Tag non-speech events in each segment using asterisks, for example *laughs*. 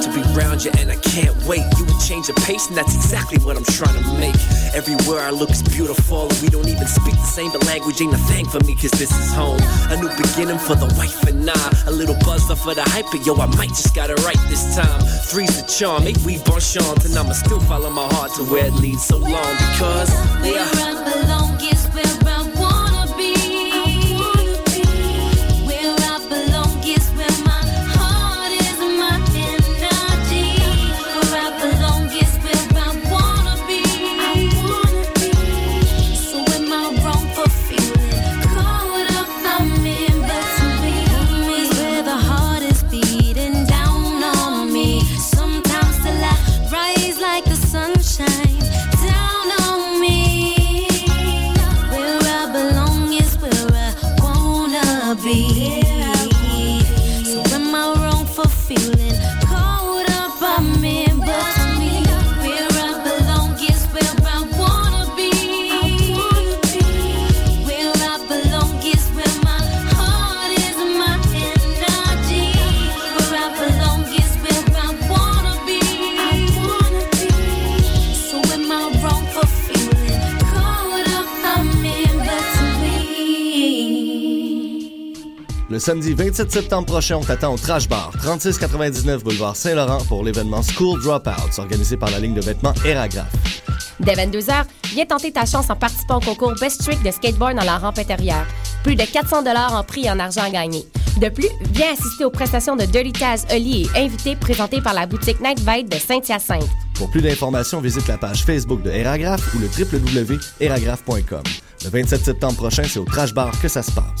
to be around you, and I can't wait. You would change the pace, and that's exactly what I'm trying to make. Everywhere I look is beautiful, and we don't even speak the same, but language ain't a thing for me, cause this is home. A new beginning for the wife and I. A little buzzer for the hype, but yo, I might just got it right this time. Three's the charm, eight we bonchant, and I'ma still follow my heart to where it leads so long, because Where yeah. I belong is where I wanna be. Where I belong is where my heart is, my energy. Where I belong is where I wanna be. So am I wrong for feeling caught up? I'm in between. Is where the heart is beating down on me. Sometimes till I rise like the sunshine down on me. Where I belong is where I wanna be. So am I wrong for feeling caught up? I'm in between. Where I belong is where I wanna be. Where I belong is where my heart is, my energy. Where I belong is where I wanna be. So am I wrong for feeling caught up? I'm in between. Le samedi 27 septembre prochain, on t'attend au Trash Bar, 3699 boulevard Saint-Laurent pour l'événement School Dropouts, organisé par la ligne de vêtements Eragraph. Dès 22h, viens tenter ta chance en participant au concours Best Trick de skateboard dans la rampe intérieure. Plus de 400 en prix et en argent à gagner. De plus, viens assister aux prestations de Dirty Taz, Oli et Invité présentées par la boutique Night Vibe de Saint-Hyacinthe. Pour plus d'informations, visite la page Facebook de Eragraph ou le www.eragraph.com. Le 27 septembre prochain, c'est au Trash Bar que ça se passe.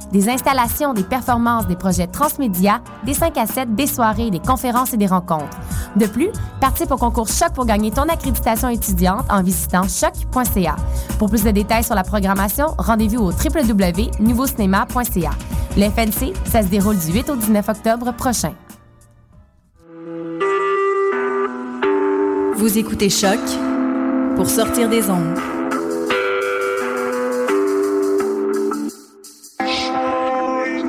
Des installations, des performances, des projets transmédia, des 5 à 7, des soirées, des conférences et des rencontres. De plus, participe au concours Choc pour gagner ton accréditation étudiante en visitant choc.ca. Pour plus de détails sur la programmation, rendez-vous au www.nouveaucinéma.ca. Le FNC, ça se déroule du 8 au 19 octobre prochain. Vous écoutez Choc pour sortir des ondes.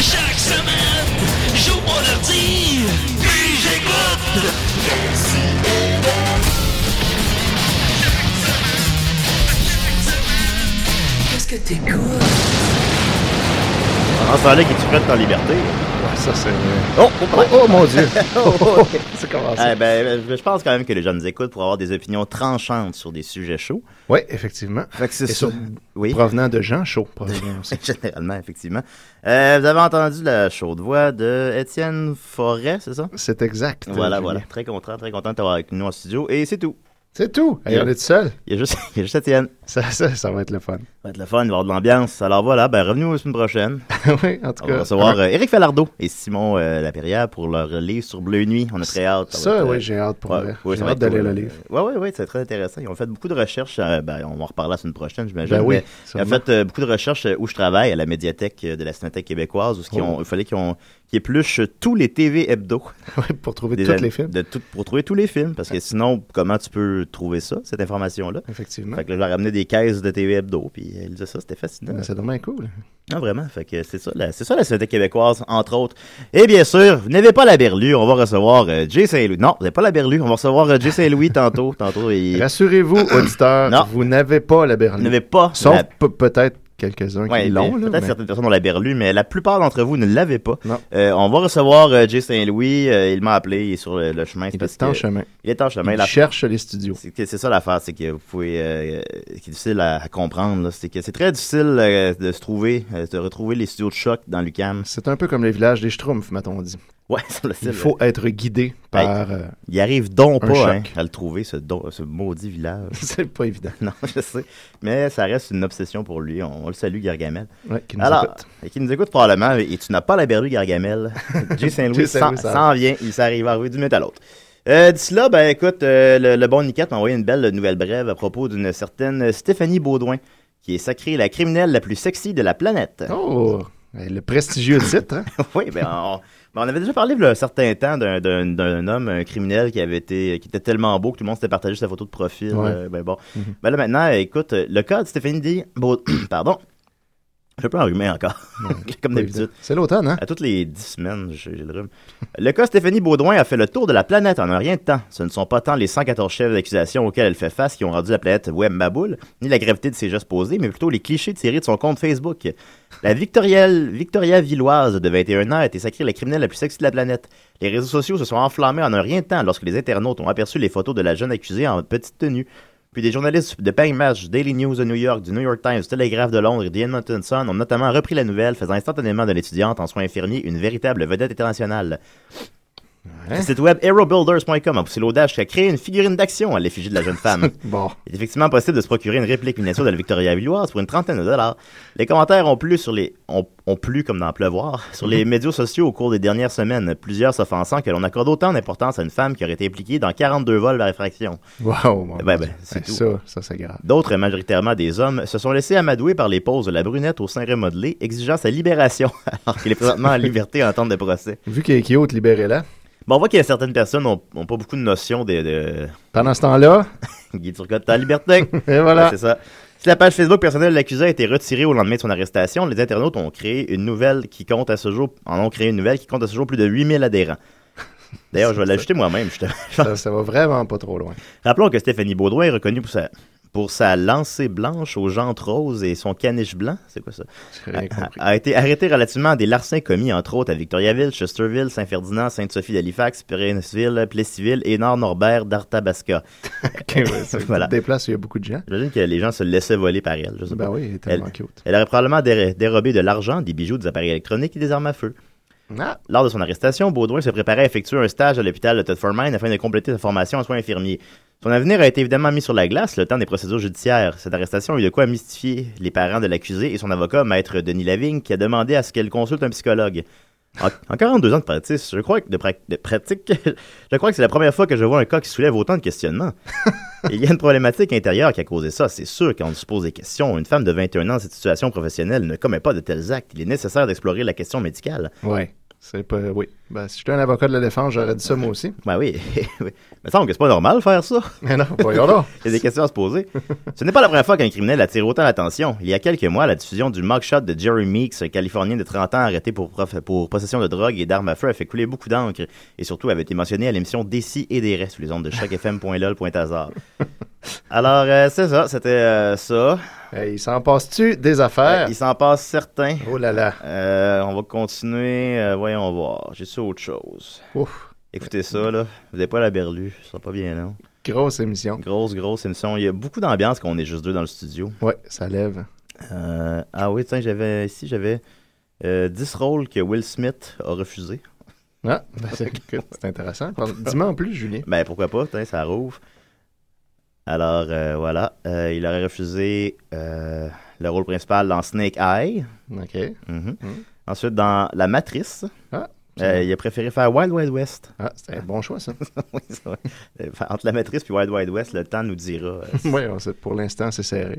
Chaque semaine, j'ouvre mon ordi, puis j'écoute. Qu'est-ce que t'écoutes? En ce temps-là, qui tu prête en liberté? Ça, c'est. Oh! Oh, oh, mon Dieu! *laughs* c'est commencé. Eh ben, je pense quand même que les jeunes écoutent pour avoir des opinions tranchantes sur des sujets chauds. Oui, effectivement. Fait que c'est Et ça. sur- Oui. Provenant de Jean Chaud, probablement aussi. *laughs* Généralement, effectivement. Euh, vous avez entendu la chaude voix de Étienne Forêt, c'est ça? C'est exact. euh, Voilà, Julien. voilà. Très content, très content de t'avoir avec nous en studio. Et c'est tout. C'est tout. Hey, Yeah. on est tout seul. Il y a juste, *laughs* il y a juste Étienne. Ça, ça, ça va être le fun. *laughs* Ça va être le fun, il va y avoir de l'ambiance. Alors voilà, ben revenez-nous la semaine prochaine. oui, en tout On va cas. recevoir *laughs* Ah, euh, Éric Falardeau et Simon euh, Lapierrière pour leur livre sur Bleu Nuit. On a très hâte. va ça, être, euh, oui, j'ai hâte pour vrai. J'ai ouais, ça va hâte être de lire cool. le livre. Euh, Ouais, ouais, ouais, c'est très intéressant. Ils ont fait beaucoup de recherches. euh, ben, on va en reparler la semaine prochaine, j'imagine. Ben oui, mais ils ont sûrement. fait euh, beaucoup de recherches euh, où je travaille, à la médiathèque euh, de la Cinéthèque québécoise, où ce qu'ils Oh. ont- il fallait qu'ils ont- qu'ils épluchent tous les TV hebdo. Oui, pour trouver des tous an- les films. Ah. De tout- pour trouver tous les films. Parce que sinon, comment tu peux trouver ça, cette information-là? Effectivement. Fait que là, je leur ramenais des caisses de TV hebdo, puis euh, ils disaient ça, c'était fascinant. Mais C'est vraiment cool. Non, Ah, vraiment. Fait que c'est ça, la, c'est ça la société québécoise, entre autres. Et bien sûr, vous n'avez pas la berlue, on va recevoir euh, Jay Saint-Louis. Non, vous n'avez pas la berlue, on va recevoir euh, Jay Saint-Louis tantôt. *laughs* Tantôt, il... Rassurez-vous, *coughs* auditeurs, Non. vous n'avez pas la vous berline. n'avez pas Sauf la- pe- peut-être quelques-uns qui Ouais, mais l'ont. là, Peut-être mais- certaines personnes ont la berlue, mais la plupart d'entre vous ne l'avez pas. Non. Euh, on va recevoir euh, Jay Saint-Louis. euh, il m'a appelé, il est sur le, le chemin. c'est Il parce est en que- chemin. Il est en chemin. Il La- cherche les studios. C'est que- c'est ça l'affaire, c'est que vous pouvez, euh, qui est difficile à, à comprendre, là. c'est que c'est très difficile euh, de se trouver, euh, de retrouver les studios de choc dans l'UCAM. C'est un peu comme les villages des Schtroumpfs, m'a-t-on dit. *laughs* Ouais, ça me Il semble. faut être guidé par... euh, *laughs* Il arrive donc Un pas choc. hein, à le trouver, ce, don- ce maudit village. *laughs* *laughs* c'est pas évident. non, je sais. Mais ça reste une obsession pour lui. On, on le salue, Gargamel. Ouais, qui nous Alors, écoute. et qui nous écoute probablement, et tu n'as pas la *laughs* berlue, Gargamel. J. Saint-Louis J. Saint-Louis s'en s'en- s'en vient, il s'arrive à rue d'une minute à l'autre. Euh, D'ici là, ben écoute, euh, le, le bon Niquette m'a envoyé une belle nouvelle brève à propos d'une certaine Stéphanie Baudouin, qui est sacrée la criminelle la plus sexy de la planète. Oh, eh, le prestigieux titre, *laughs* hein? Oui, ben on, ben, on avait déjà parlé il y a un certain temps d'un- d'un d'un homme, un criminel qui avait été qui était tellement beau que tout le monde s'était partagé sa photo de profil. Ouais. Mm-hmm. euh, ben bon. Ben là maintenant, euh, écoute, euh, le cas de Stéphanie D. Baud- *clears throat* Pardon. Je peux enrhumer encore. *laughs* Comme Pas d'habitude. évident. C'est l'automne, hein? À toutes les dix semaines, j'ai j'ai le rhume. Le cas Stéphanie Baudouin a fait le tour de la planète en un rien de temps. Ce ne sont pas tant les 114 chefs d'accusation auxquels elle fait face qui ont rendu la planète web maboule, ni la gravité de ses gestes posés, mais plutôt les clichés tirés de son compte Facebook. La victorielle, Victoria Villoise de 21 ans a été sacrée la criminelle la plus sexy de la planète. Les réseaux sociaux se sont enflammés en un rien de temps lorsque les internautes ont aperçu les photos de la jeune accusée en petite tenue. Puis des journalistes de Bang Match, Daily News de New York, du New York Times, du Telegraph de Londres et The Edmonton Sun ont notamment repris la nouvelle, faisant instantanément de l'étudiante en soins infirmiers une véritable vedette internationale. Le Hein? site web HeroBuilders.com a poussé l'audace jusqu'à créer une figurine d'action à l'effigie de la jeune femme. Bon, Il est effectivement possible de se procurer une réplique miniature de la Victoria Villoise pour une trentaine de dollars. Les commentaires ont plu sur les ont, ont plu comme dans pleuvoir sur les médias sociaux au cours des dernières semaines, plusieurs s'offensant que l'on accorde autant d'importance à une femme qui aurait été impliquée dans 42 vols par effraction. wow, mon Ben, Dieu. ben, c'est Eh, tout. ça, ça c'est grave. D'autres, majoritairement des hommes, se sont laissés amadouer par les poses de la brunette au sein remodelé, exigeant sa libération, *laughs* alors qu'il est présentement en liberté en temps de procès. Vu qu'il est cute, libérez-la. Bon, on voit qu'il y a certaines personnes n'ont pas beaucoup de notion de, de... Pendant ce temps-là, *laughs* Guy Turcotte en liberté. et voilà. Ouais, c'est ça. Si la page Facebook personnelle de l'accusé a été retirée au lendemain de son arrestation, les internautes ont créé une nouvelle qui compte à ce jour, en ont créé une nouvelle qui compte à ce jour plus de *laughs* 8000 adhérents. D'ailleurs, je vais l'ajouter moi-même. je te- ça, ça va vraiment pas trop loin. *laughs* Rappelons que Stéphanie Baudouin est reconnue pour sa, pour sa lancée blanche aux jantes roses et son caniche blanc. C'est quoi ça? J'ai rien a, compris. a été arrêté relativement à des larcins commis, entre autres, à Victoriaville, Chesterville, Saint-Ferdinand, Sainte-Sophie d'Halifax, Pérennisville, Plessisville et Nord-Norbert d'Arthabasca. Ok, *laughs* ouais, ça ah, *laughs* Voilà. Des places où il y a beaucoup de gens. J'imagine que les gens se laissaient voler par elle. Je sais pas. Ben oui, il est tellement Elle- cute. Elle aurait probablement dé- dérobé de l'argent, des bijoux, des appareils électroniques et des armes à feu. Ah, Lors de son arrestation, Baudouin se préparait à effectuer un stage à l'hôpital de Thetford-Mine afin de compléter sa formation en soins infirmiers. Son avenir a été évidemment mis sur la glace le temps des procédures judiciaires. Cette arrestation a eu de quoi mystifier les parents de l'accusé et son avocat, maître Denis Lavigne, qui a demandé à ce qu'elle consulte un psychologue. En, en 42 ans de pratique, je crois que de, prac- de pratique, *laughs* je crois que c'est la première fois que je vois un cas qui soulève autant de questionnements. Il y a une problématique intérieure qui a causé ça, c'est sûr, quand on se pose des questions. Une femme de 21 ans en situation professionnelle ne commet pas de tels actes. Il est nécessaire d'explorer la question médicale. ouais. C'est pas. Oui. Ben, si j'étais un avocat de la défense, j'aurais dit ça moi aussi. *laughs* Ben oui, *laughs* oui. il me semble que c'est pas normal de faire ça. Mais non, voyons là. Il y a des questions à se poser. Ce n'est pas la première fois qu'un criminel attire autant l'attention. Il y a quelques mois, la diffusion du mugshot de Jerry Meeks, un Californien de 30 ans arrêté pour, prof- pour possession de drogue et d'armes à feu, a fait couler beaucoup d'encre et surtout avait été mentionné à l'émission Décis et des restes sur les ondes de chocfm.lol.hasard. Alors, euh, c'est ça, c'était euh, ça. Eh, il s'en passe-tu des Euh, affaires? il s'en passe certains. Oh là là. Euh, on va continuer. euh, voyons voir. J'ai su autre chose. Ouf. Écoutez ça, là. Vous n'avez pas la berlue. Ça sera pas bien long. Grosse émission. Grosse, grosse émission. Il y a beaucoup d'ambiance qu'on est juste deux dans le studio. Ouais, ça lève. Euh, ah oui, tiens, j'avais ici, j'avais euh, 10 rôles que Will Smith a refusé. Ah, ben, *laughs* c'est écoute, c'est intéressant. Parle- Dis-moi en plus, Julien. Ben pourquoi pas, tiens, ça rouvre. Alors euh, voilà, Euh, il aurait refusé euh, le rôle principal dans Snake Eye. OK. Mhm. Mhm. Ensuite, dans La Matrice. Ah, Euh, il a préféré faire Wild Wild West. *laughs* Ah, c'était un bon choix, *laughs* ça. Oui, c'est vrai. Euh, Entre La Matrice et Wild Wild West, le temps nous dira. euh, si- oui, pour l'instant, c'est serré.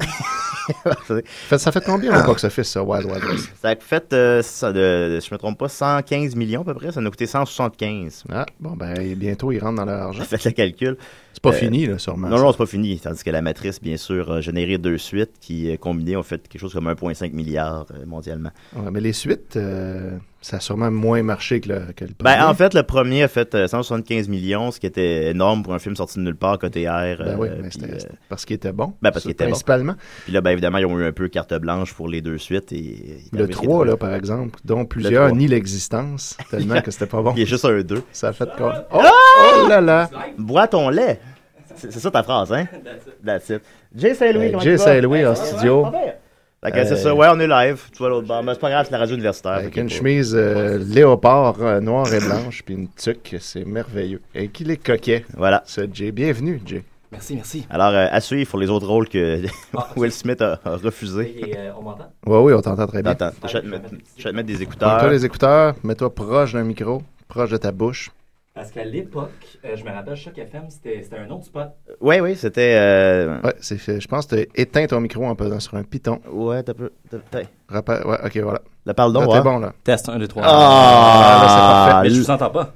Fait- ça fait combien au box-office, ça, Wild Wild West? ça a fait, euh, ça de, je me trompe pas, 115 millions à peu près. Ça nous a coûté 175. Ah, bon, ben, et bientôt, ils rentrent dans leur argent. Faites le calcul. C'est pas Euh, fini, là, sûrement. Non, non, c'est pas fini. Tandis que la matrice, bien sûr, a généré deux suites qui, euh, combinées, ont fait quelque chose comme 1,5 milliard euh, mondialement. Ouais, mais les suites, euh, ça a sûrement moins marché que le, que le premier. Ben, en fait, le premier a fait euh, 175 millions, ce qui était énorme pour un film sorti de nulle part côté R. Ben oui, mais puis, c'était- euh, c'était parce qu'il était bon. ben, parce ça, qu'il était bon. Principalement. puis là, ben, évidemment, ils ont eu un peu carte blanche pour les deux suites. Et, euh, Ben il est Le arrivé 3, qu'il- là, par exemple, dont plusieurs trois. nient l'existence, tellement que c'était pas bon. *laughs* Il y a juste un 2. Ça a fait quoi? Oh, oh là là! Bois ton lait. C'est c'est ça ta phrase, hein? That's it. Jay Saint-Louis, Euh, comment Jay tu vas? Saint-Louis en studio. Euh, Fait que c'est ça, ouais, on est live. Tu vois l'autre bord. Mais c'est pas grave, c'est la radio universitaire. Avec fait une que- chemise euh, léopard euh, noire et blanche, puis une tuque, c'est merveilleux. Et qu'il est coquet, Voilà. ce Jay. Bienvenue, Jay. Merci, merci. Alors, euh, à suivre pour les autres rôles que *laughs* Will Smith a, a refusé. Et, euh, on m'entend? Ouais, oui, on t'entend très bien. Attends, je vais te mettre- je vais te mettre des écouteurs. Prends-toi les écouteurs, mets-toi proche d'un micro, proche de ta bouche. Parce qu'à l'époque, euh, je me rappelle, Choc FM, c'était c'était un autre spot. Oui, oui, c'était. euh, Ouais, c'est fait. Je pense que t'as éteint ton micro en pesant sur un piton. Ouais, t'as peu. Rappel... Ouais, ok, voilà. Le parle donc, Là, Ah, ouais. Ah, T'es bon, là. Test 1, 2, 3. Ah, là, c'est parfait. Mais je vous entends pas.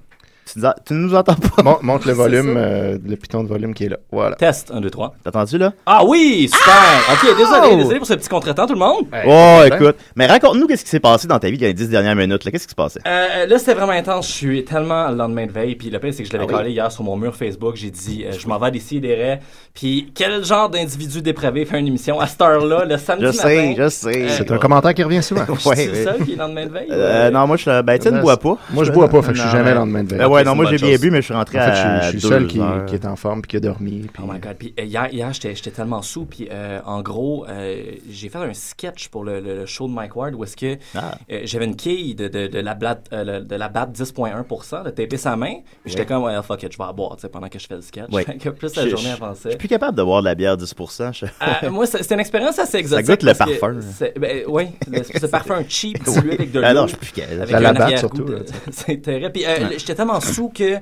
Tu nous, en- tu nous entends pas? Mon- montre *laughs* le volume, euh, le piton de volume qui est là. Voilà. Test 1, 2, 3. T'entends-tu, là? Ah oui, super! Ah! Ok, Oh! désolé, désolé pour ce petit contretemps, tout le monde. oh, écoute. Mais raconte-nous qu'est-ce qui s'est passé dans ta vie dans les dix dernières minutes, là. Qu'est-ce qui se passait? Euh, là, c'était vraiment intense. Je suis tellement le lendemain de veille. Puis le pire, c'est que je l'avais Ah oui? collé hier sur mon mur Facebook. J'ai dit, euh, je m'en vais d'ici et des raies. Puis quel genre d'individu dépravé fait une émission à cette heure-là, le samedi Je matin? sais, je sais. Euh, C'est un commentaire qui revient *laughs* souvent. Ouais, C'est ouais. ça qui est le lendemain de veille? Euh, non, moi, je suis. Ben, tu sais, ne bois pas. Moi, je bois pas, fait que je Non, suis jamais mais- le lendemain de veille. Ben ouais, Ok, non, c'est moi, une j'ai bonne bien chose. bu, mais je suis rentré En fait, je suis- à. je suis le seul qui, 2 heures. qui est en forme puis qui a dormi. puis- Oh my god. Puis euh, hier, hier j'étais, j'étais tellement sous. Puis euh, en gros, euh, j'ai fait un sketch pour le, le- le show de Mike Ward où est-ce que Ah. euh, j'avais une quille de, de, de la blatte, euh, le- de la batte 10.1%, de taper sa main. Puis j'étais comme, ouais, fuck it, je vais en boire tu sais, pendant que je fais le sketch. *laughs* Ouais. Fait que plus la Je- journée je- Je avançait. suis plus capable de boire de la bière 10%. je- *laughs* Euh, moi, c'est c'est une expérience assez exotique. goûte le parce que parfum. hein. c'est- Ben, oui, le- *laughs* ce parfum cheap, dilué avec de l'eau. Ah non, je suis plus capable. avec Ça un la batte arrière-goût surtout, de- là, tu *laughs* sais. C'est terrible. Puis, euh, j'étais tellement sous que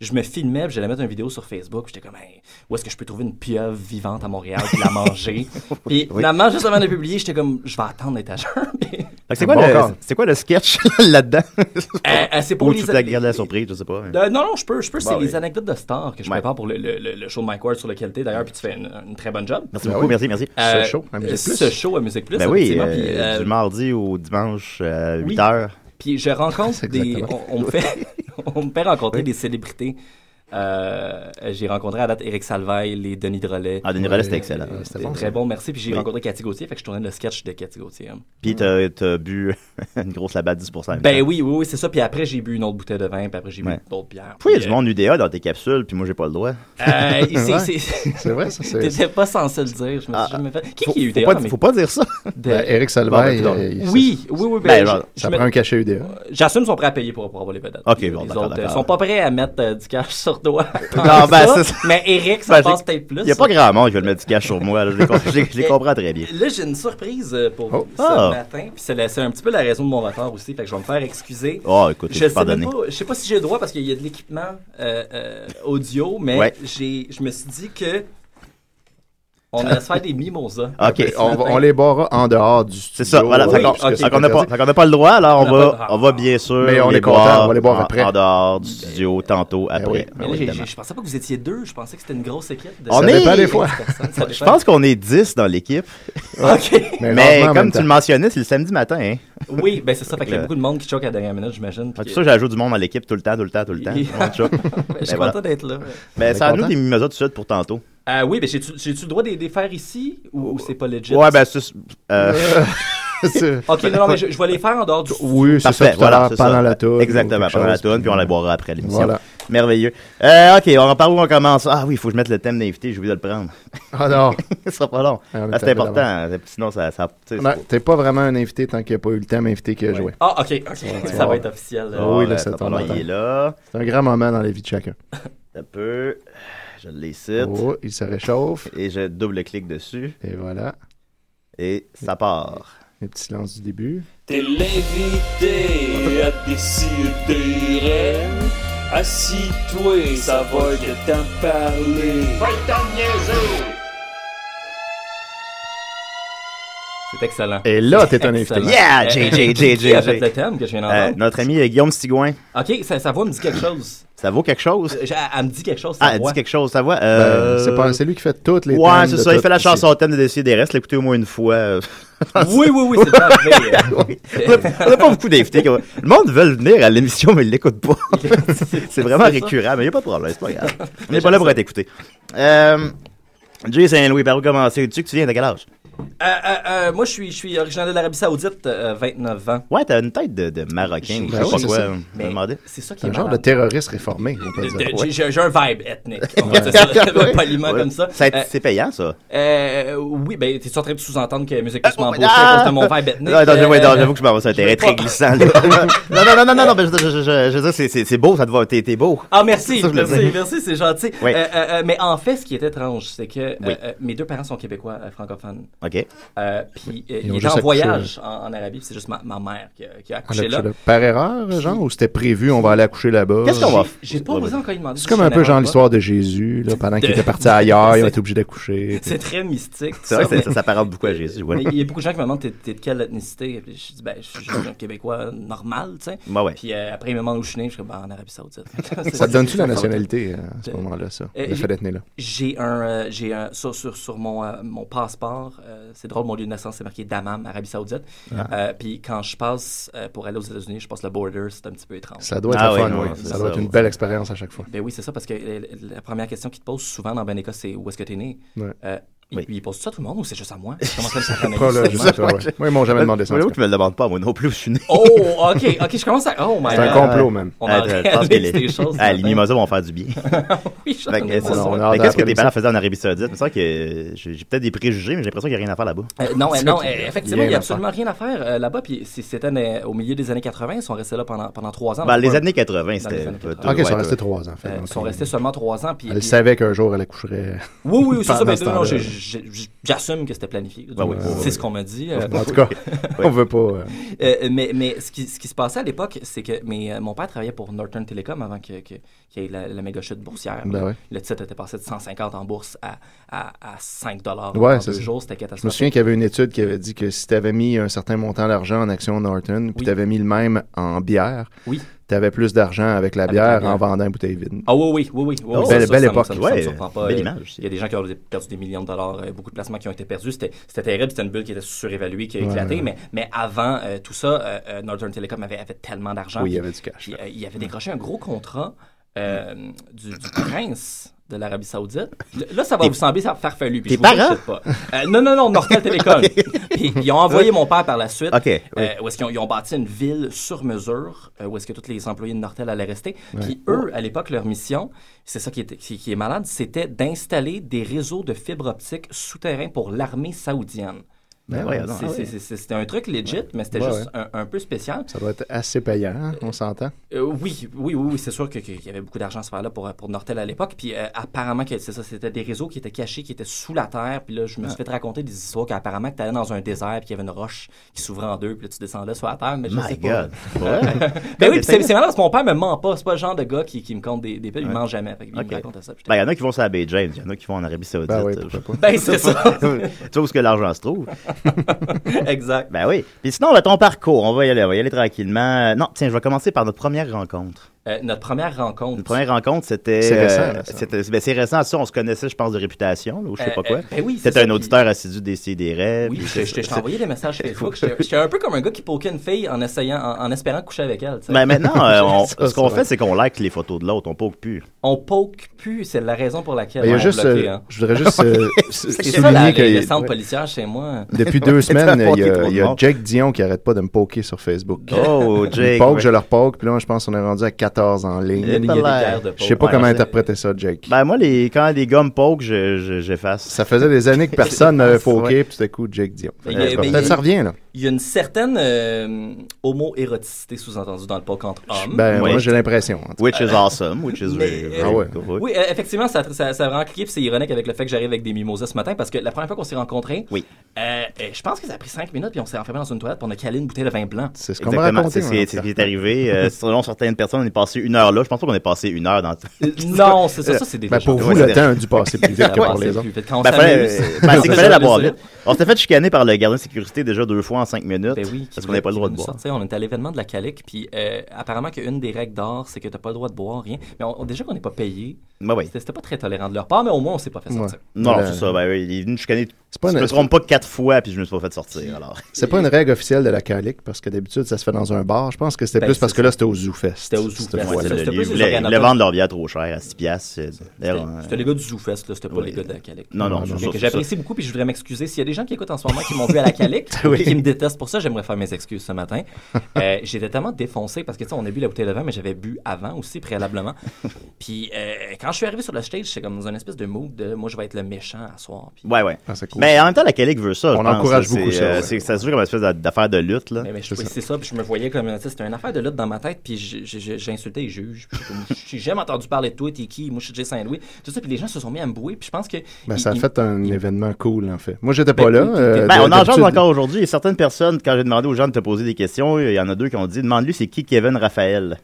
je me filmais, puis j'allais mettre une vidéo sur Facebook. puis J'étais comme, Hey, où est-ce que je peux trouver une pieuvre vivante à Montréal puis la *laughs* manger? puis finalement, juste avant de publier, j'étais comme, je vais attendre d'être à jeun. *laughs* Puis, Fait que C'est quoi, Ah, Bon le, corps. c'est quoi le sketch *laughs* là-dedans? euh, euh, c'est pour Ou les- tu te gardes la surprise, je sais pas. mais- Euh, non, non, je peux. Je peux c'est Bah les oui. anecdotes de stars que je Ouais. prépare pour le, le- le- le show de Mike Ward sur la qualité, d'ailleurs, puis tu fais une, une très bonne job. Ben Merci beaucoup, merci, merci. Euh, show à Musique Plus. Ce show à Musique Plus. Ben oui, effectivement, euh, puis, euh, du mardi au dimanche euh, à 8 oui. h Puis je rencontre *laughs* C'est des. exactement. On, on me fait, on me fait rencontrer des célébrités. Euh, j'ai rencontré à date Eric Salvaille, les Denis Drolet. Ah, Denis Relais, c'était excellent. euh, c'était C'était bon, très ça. bon, merci. Puis j'ai Oui. rencontré Cathy Gauthier, fait que je tournais le sketch de Cathy Gauthier. hein. Puis t'as, t'as bu *laughs* une grosse labatte 10 en même Ben temps. oui, oui, oui, c'est ça. Puis après, j'ai bu une autre bouteille de vin, puis après, j'ai Ouais. bu d'autres bières. Pourquoi il y a Puis, du monde UDA dans tes capsules, puis moi j'ai pas le droit? euh, il- *laughs* c'est- Ouais. c'est- *laughs* C'est vrai, ça, c'est- T'étais pas censé le dire, je me suis Ah, jamais fait. Qui Faut, qui est faut UDA? pas, mais- faut pas dire ça. de- Ben, Eric Bon, Salvaire, ben, il- il- Oui, oui, oui. Ben, Ben, genre, je- ça je me- prend un cachet UDA. J'assume qu'ils sont prêts à payer pour pouvoir voler peut-être. Ok, Les bon, autres, d'accord, euh, d'accord. sont pas prêts à mettre euh, du cash sur toi. tant *laughs* Non, que ben, ça, c'est ça. Mais Eric, ça Ben, j'ai- passe peut-être plus. Il y a pas grand monde qui veut mettre du cash sur moi. là. Je les, com- je les- *laughs* je les Eh, comprends très bien. Là, j'ai une surprise euh, pour Oh. vous ce Ah. matin. Puis c'est la- c'est un petit peu la raison de mon retard aussi. Fait que je vais me faire excuser. Oh, écoute, Je je sais, même pardonné. pas, je sais pas si j'ai le droit parce qu'il y a de l'équipement euh, euh, audio, mais Ouais. j'ai, je me suis dit que on allait se faire des mimosas. *laughs* Ok, On, va- on les boira en dehors du studio. C'est ça, voilà. Oui, Fait qu'on parce que fait c'est qu'on n'a pas, interdit. fait qu'on n'a pas le droit, alors on, On n'a va, pas le- on va bien sûr. Mais on les est content, boire on va les boire en- après. Eh En dehors du studio, tantôt, après. oui, Mais Ben là, oui, j'ai- évidemment. j'ai- je pensais pas que vous étiez deux. Je pensais que c'était une grosse équipe. De On Ça est- dépend des fois. personnes. Ça Je dépend. pense qu'on est 10 dans l'équipe. Ok. Mais rarement en comme même *laughs* tu le temps. mentionnais, c'est le samedi matin. Hein. *laughs* Oui, ben c'est ça. Fait qu'il y a Euh, beaucoup de monde qui choque à la dernière minute, j'imagine. Fait que puis- ça, j'ajoute du monde dans l'équipe tout le temps, tout le temps, tout *laughs* le temps. Il- On te choque. Ben, je suis Ben voilà. content d'être là. Mais est ça à nous content? des mimosas tout de suite pour tantôt. Euh, oui, mais j'ai-tu j'ai-tu le droit de les faire ici ou, ou c'est pas legit? Ouais, ben, c'est. euh, C'est- Ok, non, non, mais je, je vais les faire en dehors du. Oui, c'est ça, Parfait, tout à l'heure, c'est pendant ça. la tour. Exactement, pendant la toune, puis on la boira après l'émission. Voilà. Merveilleux. Euh, ok, on en parle où on commence. Ah oui, il faut que je mette le thème d'invité, j'ai oublié de le prendre. *laughs* Ah non, Ce sera pas long. Ah, on est Ah, c'est tapé important, sinon ça. ça tu sais, c'est non, pas- t'es pas vraiment un invité tant qu'il n'y a pas eu le thème invité qui a joué. Ah, ok, ok. Ça va être officiel. euh. Ah oui, là, ça ça va pas tombe long, longtemps. Il est là. C'est un grand moment dans la vie de chacun. Un peu. Je les cite. Oh, il se réchauffe. Et je double-clique dessus. Et voilà, Et ça part. le petit silence du début. T'es l'invité à décider. Assis-toi, ça va que t'en parler. C'est excellent. Et là, t'es un invité. Excellent. Yeah, Euh, JJ, euh, *laughs* JJ. Qui a fait le thème que je viens Euh, d'entendre? notre ami euh, Guillaume Stigouin, Ok, ça, ça voix me dit quelque chose. ça vaut quelque chose? Je- Elle, elle me dit quelque chose. Ah, Ça elle voix. dit quelque chose, ça va? Ben, Euh, c'est pas- C'est lui qui fait toutes les Ouais, thèmes c'est de ça, il tout fait la ici. chanson au thème de Décider des restes, l'écoutez au moins une fois. euh, Oui, oui, oui, c'est pas *laughs* Oui. On a- on n'a pas beaucoup d'invités. comme- Le monde veut venir à l'émission, mais ils *laughs* l'écoutent pas. C'est vraiment c'est ça. récurrent, mais il n'y a pas de problème, c'est *laughs* pas grave. On n'est pas là pour être écouté. Euh, Jay Saint-Louis, par où commencer? Tu que tu viens, de quel âge? Euh, euh, euh, moi, je suis, je suis originaire de l'Arabie Saoudite, euh, 29 ans. Ouais, t'as une tête de, de Marocain ou je Ben sais oui, pas c'est quoi. ça. euh, Mais me demandais. c'est ça qui C'est est un genre de malade. terroriste réformé, on peut De- dire. de- Ouais. Euh, J'ai j'ai un vibe ethnique. On va Ouais. dire *laughs* ça, Ouais. poliment Ouais. comme ça. Ça a été- Euh, C'est payant, ça. euh, oui, ben, t'es en train de sous-entendre que Musique Plus m'embauche ah! à cause de mon vibe ethnique. Non, attends, ouais, Euh, non, j'avoue que je m'en vais sur un terrain veux très pas. glissant. là. *laughs* non, non, non, non, non, non, mais je, je, je, je- je veux dire, c'est- c'est- c'est beau, ça te va, t'es t'es beau. Ah, merci, C'est ça que je voulais merci, dire. merci, c'est gentil. Oui. Euh, euh, euh, mais en fait, ce qui est étrange, c'est que euh, Oui. euh, mes deux parents sont québécois, euh, francophones. OK. Euh, puis euh, Ils ils ont étaient juste en accouché. voyage en, en Arabie, puis c'est juste ma, ma mère qui a, qui a accouché là. Par erreur, genre, ou c'était prévu, on va aller accoucher là-bas? Qu'est-ce qu'on va f- J'ai- j'ai pas osé encore lui demander C'est si comme je un peu l'aimais genre pas. l'histoire de Jésus, là, pendant qu'il De- était parti ailleurs, il a *laughs* été C'est- obligé d'accoucher. C'est très mystique. tout C'est vrai que mais- ça- ça s'apparente beaucoup à Jésus, ouais. mais Il y a beaucoup de gens qui me demandent t'es t'es de quelle ethnicité. Puis je dis ben, je suis juste un Québécois normal, tu sais. Ouais, ouais. Puis euh, après, ils me demandent où je suis né. Je suis comme, Ben, en Arabie Saoudite. C'est- Bah *laughs* Ça te donne-tu c'est- la c'est- nationalité euh, à ce moment-là, ça? Euh, Le fait d'être né là. J'ai un, euh, j'ai un sur, sur, sur mon, euh, mon passeport, euh, c'est drôle, mon lieu de naissance, c'est marqué Damam, Arabie Saoudite. Ah. Euh, puis quand je passe euh, pour aller aux États-Unis, je passe le border, c'est un petit peu étrange. Ça doit être le fun, oui. Ça doit être une belle expérience à chaque fois. Ben oui, c'est ça, parce que euh, la première question qu'ils te posent souvent dans Benéca, c'est où est-ce que t'es né? Ouais. Euh, ils- Ils posent ça à tout le monde ou c'est juste à moi? Je *laughs* commence à me faire analyser, Probablement, seulement. toi, ouais. Moi, ils m'ont jamais demandé ça, en Mais tout l'autre, tu me le demandes pas, moi non plus, je suis né. Oh, ok, ok, je commence à. Oh, my C'est God. un complot, même. On en Euh, Ah, je pense réalise que les, des choses. ah, ce les matin. mimosas vont faire du bien. *laughs* oui, j'en Fait que, ai c'est pas ça. besoin. Fait que Qu'est-ce que tes parents faisaient en Arabie Saoudite? Il me semble que euh, j'ai j'ai peut-être des préjugés, mais j'ai l'impression qu'il n'y a rien à faire là-bas. Euh, non, euh, C'est non ça qui- euh, effectivement, il n'y rien a à faire. absolument rien à faire euh, là-bas. Puis si c'était euh, au milieu des années 80, ils sont restés là pendant, pendant trois ans. Ben, Donc, les ouais. années 80, Dans les c'était- années euh, 80. Ok, ils sont restés trois ans, en fait. Euh, Donc, ils sont euh, restés seulement trois ans. Puis, Elle savait qu'un jour, elle *laughs* accoucherait. Oui, oui, oui, c'est ça. pendant Mais ce non, temps-là. j'ai- j'ai- j'assume que c'était planifié. Ben oui, c'est oui, ce oui. qu'on m'a dit. En tout cas, *laughs* *laughs* on veut pas. euh, *laughs* Euh, mais mais ce, qui, ce qui se passait à l'époque, c'est que mes, euh, mon père travaillait pour Northern Telecom avant que- que- qu'il y ait la, la méga chute boursière. Ben ouais. Le titre était passé de 150 en bourse à, à, à 5 dollars Ouais, en c'est deux ça. jours. C'était Je me catastrophique. souviens qu'il y avait une étude qui avait dit que si tu avais mis un certain montant d'argent en action Norton, puis tu avais mis le même en bière, Oui. tu avais plus d'argent avec la bière en vendant une bouteille vide. Ah oui, oui, oui, oui. oui, Oh, oui, belle- ça, ça, belle ça me- époque. ça me- Ouais, ça me surprend pas. belle Euh, image. Il y a des gens qui ont perdu des millions de dollars, euh, beaucoup de placements qui ont été perdus. C'était c'était terrible, c'était une bulle qui était surévaluée, qui a Ouais, éclaté. ouais. Mais, mais avant euh, tout ça, euh, euh, Northern Telecom avait, avait tellement d'argent. Oui, il y Puis- avait du cash, puis, euh, il avait décroché un gros contrat euh, du, du prince de l'Arabie Saoudite. Le- Là, ça va vous sembler ça farfelu. Puis tes je vous le parents? rachète pas. Euh, non, non, non, Nortel *laughs* Telecom. Puis ils ont envoyé mon père par la suite. Ok, oui. euh, où est-ce qu'ils ont, ils ont bâti une ville sur mesure, euh, où est-ce que tous les employés de Nortel allaient rester. Ouais. Puis eux, à l'époque, leur mission, c'est ça qui est, qui, qui est malade, c'était d'installer des réseaux de fibres optiques souterrains pour l'armée saoudienne. Ben ouais, non, C'est- ah ouais. c'est- c'est- c'est- c'était un truc legit, mais c'était Ouais, juste ouais. Un, un peu spécial. Ça doit être assez payant, hein, on s'entend. Euh, oui, oui, oui, oui, c'est sûr que- que- qu'il y avait beaucoup d'argent à se faire là pour, euh, pour Nortel à l'époque. Puis euh, apparemment, que c'est ça, c'était des réseaux qui étaient cachés, qui étaient sous la terre. Puis là, je me suis fait raconter des histoires qu'apparemment, tu allais dans un désert, puis il y avait une roche qui s'ouvrait en deux, puis là, tu descendais sur la terre. Mais je My sais God. pas. Ouais. *laughs* ben oui, puis c'est c'est marrant parce que mon père me ment pas. C'est pas le genre de gars qui, qui me compte des, des pelles, il Ouais. ment jamais. Fait, qu'il Ok. me racontait ça. puis j'étais- Ben, il y en a qui vont sur la baie James, il y en a qui vont en Arabie Saoudite. Ben oui, euh, *laughs* *laughs* pourquoi pas. Ben, c'est ça. tu vois où est-ce que l'argent se trouve. *laughs* exact. Ben oui. Puis sinon, là, ton parcours, on va y aller, on va y aller tranquillement. Non, tiens, je vais commencer par notre première rencontre. Euh, notre première rencontre. Notre première rencontre, c'était. C'est récent, euh, là, ça. c'était- ben, c'est récent, ça, on se connaissait, je pense, de réputation, là, ou je sais Euh, pas quoi. euh, ben oui, c'est C'était ça, un puis- auditeur assidu des CDR. Oui, je, je- je t'ai envoyé des messages *laughs* Facebook. J'étais j'étais un peu comme un gars qui poquait une fille en essayant, en, en espérant coucher avec elle. tu sais. Ben maintenant, *laughs* euh, on- Ça, ce qu'on ça. fait, c'est qu'on like les photos de l'autre, on poke plus. On poke plus, c'est la raison pour laquelle Ben, il y a on juste, bloqué, euh, hein. Je voudrais juste euh, s- *laughs* C'est ça la, souligner les que descentes policières chez moi. *laughs* depuis deux semaines, il y Poker a, trop il y a de monde. Jake Dion qui arrête pas de me poker sur Facebook. *laughs* Oh, Je Jake. poke, ouais. je leur poke, puis là, je pense qu'on est rendu à 14 en Il y a des ligne. guerres de Je sais pas Ouais, comment c'est- interpréter ça, Jake. Ben moi, les, quand les gommes poke, je- je- j'efface. Ça faisait des *laughs* années que personne n'avait poké, Ouais. puis tout à coup, Jake Dion. Mais il y a- mais il y a- Peut-être ça revient, là. Il y a une certaine euh, homo-éroticité sous-entendue dans le poke entre hommes. Ben, Oui. moi, j'ai l'impression. en tout Which is awesome, which is Mais, really, euh, really Ah ouais. cool. Oui, euh, effectivement, ça, ça, ça a vraiment cliqué, puis c'est ironique avec le fait que j'arrive avec des mimosas ce matin, parce que la première fois qu'on s'est rencontrés, Oui. euh, euh, je pense que ça a pris cinq minutes, puis on s'est enfermé dans une toilette, puis on a calé une bouteille de vin blanc. C'est ce qu'on m'a Exactement, raconté. c'est c'est- moi, c'est en ce qui tout est cas. arrivé. Euh, selon certaines personnes, on est passé une heure là. Je pense pas qu'on est passé *laughs* une heure dans. Euh, non, c'est ça, ça c'est des Ben, pour gens. vous, Ouais, le c'est- temps a dû passer plus Ça vite que pour passe les plus autres. vite. Quand on Ben, fallait- s'amuse, ben, c'est *laughs* qu'il fallait la boire C'est vite. On s'était fait chicaner par le gardien de sécurité déjà deux fois en cinq minutes. Ben oui, qui parce qu'on voulait- n'avait pas le droit qui de voulait boire. nous sortir. On était à l'événement de la Calique, puis euh, apparemment qu'une des règles d'or, c'est que t'as pas le droit de boire, rien. Mais on- on- déjà qu'on n'est pas payé, C'était c'était pas très tolérant de leur part, mais au moins, on s'est pas fait sortir. Ben Non, non, Le- c'est ça. Ben, oui, il est venu me chicaner. pas je une- me trompe pas quatre fois, puis je me suis pas fait sortir. Alors. C'est pas une règle officielle de la calique, parce que d'habitude, ça se fait dans un bar. Je pense que c'était Ben, plus c'est parce que là, c'était au Zoo Fest. C'était au Zoo Cette Fest, fois-là. c'est ça, c'était Ils plus les voulaient, ils voulaient organisateurs. vendre leur bière trop chère à 6 piastres. euh, d'ailleurs, C'était- euh, C'était les gars du ZooFest, là, c'était pas les gars de la Calic. Non, non, c'est Fait ça, que c'est J'apprécie beaucoup, puis je voudrais m'excuser. S'il y a des gens qui écoutent en ce moment qui m'ont vu à la Calic, Oui. et qui me détestent pour ça, j'aimerais faire mes excuses ce matin. Euh, J'étais tellement défoncé parce que, tu sais, on a bu la bouteille de vin, mais j'avais bu avant aussi, préalablement. Puis euh, quand je suis arrivé sur le stage, j'étais comme dans une espèce de mood de moi, je vais être le méchant à soir. Puis- Ouais, ouais. Ah, cool. Mais en même temps, la Calique veut ça. je On pense, encourage là, c'est, beaucoup ça, euh, ouais. c'est- Ça se joue comme une espèce d'a- d'affaire de lutte. Là. Mais, mais je- Ben oui, c'est ça, puis je me voyais comme. tu sais, C'était une affaire de lutte dans ma tête, puis j'ai- j'ai j'ai insulté les juges. puis j'étais comme, J'ai jamais entendu parler de toi, t'es qui, moi je suis Jay Saint-Louis. Tout ça, puis les gens se sont mis à me bouer, puis je pense que. Ben, ils- ça a ils- fait un événement cool, en fait. Moi, j'étais Ben, pas là. oui, oui, euh, Ben, de- on en jase d'habitude- encore aujourd'hui. Et certaines personnes, quand j'ai demandé aux gens de te poser des questions, il y en a deux qui ont dit Demande-lui, c'est qui Kevin Raphaël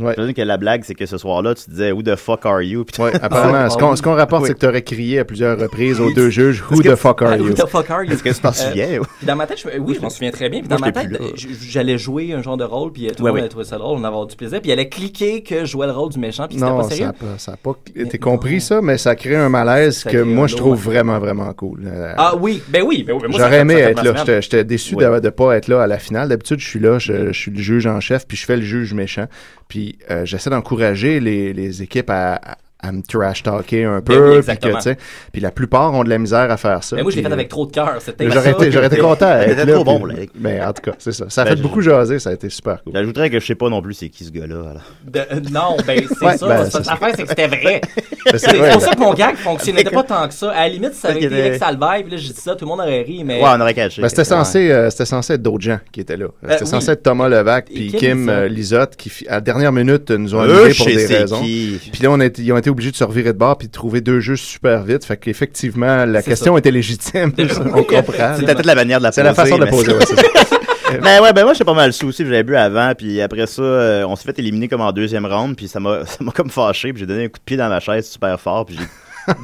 Ouais. J'imagine que la blague, c'est que ce soir-là, tu disais Who the fuck are you Puis *laughs* Ouais, Apparemment, ce qu'on ce qu'on rapporte, c'est que tu aurais crié à plusieurs reprises aux deux juges Who Est-ce que- the fuck are Ah, you? *laughs* Who the fuck are you? Est-ce que tu t'en Euh, souviens? puis dans ma tête, je me- oui, je m'en souviens très bien. Puis Moi, dans ma j'étais tête, j- j'allais jouer un genre de rôle, puis euh, tout Ouais, le monde ouais. allait trouver ça drôle, on allait avoir du plaisir. Puis il allait cliquer que je jouais le rôle du méchant, puis c'était Non, pas ça sérieux. a pas, ça a pas t'es compris ça, mais ça crée un malaise Ça que crée un moi je lot, trouve ouais. vraiment, vraiment cool. Euh, Ah oui, ben oui, ben oui. ben moi, ça J'aurais fait- aimé ça fait être là. ma semaine. J'étais- J'étais déçu Ouais. de ne pas être là à la finale. D'habitude, je suis là, je, je suis le juge en chef, puis je fais le juge méchant. Puis euh, j'essaie d'encourager les, les équipes à, à- à me trash talker Ben un oui, peu. puis, que, exactement. tu sais, puis la plupart ont de la misère à faire ça. Mais Ben moi, je l'ai puis, fait avec trop de cœur. euh, C'était J'aurais ça. été, j'aurais été content. à Elle être était là, trop bon, puis- là. Mais en tout cas, c'est ça. Ça a Ben, fait je- Ben, beaucoup jaser, ça a été super cool. J'ajouterais que je sais pas non plus c'est qui ce gars-là. alors. De- non, ben c'est Ouais, ça. ben, ça, c'est ça. L'affaire, c'est que c'était vrai. c'est c'est vrai. pour ça que mon gag fonctionnait pas tant que ça. À la limite, si ça avait Peut-être été qu'il y avait- Eric Salvaille, puis là, j'ai dit ça, tout le monde aurait ri, mais. Ouais, on aurait caché. Ben, c'était Ouais. censé, euh, c'était censé être d'autres gens qui étaient là. Euh, c'était oui. censé être Thomas Levac Et puis Kim Kim Lizotte. euh, Lizotte qui, fi- à la dernière minute, euh, nous ont Eux, annulé Euh, je pour sais des c'est raisons. qui. Puis là, on a été- ils ont été obligés de se revirer de bord puis de trouver deux jeux super vite. Fait qu'effectivement, la C'est question ça. était légitime. on comprend. C'est peut-être la manière de la C'est poser. la façon de la mais poser, c'est- ouais, c'est *laughs* ben ouais, ben moi j'étais pas mal sous aussi, j'avais bu avant, puis après ça, euh, on s'est fait éliminer comme en deuxième round, puis ça m'a *laughs* ça m'a comme fâché, puis j'ai donné un coup de pied dans ma chaise super fort, puis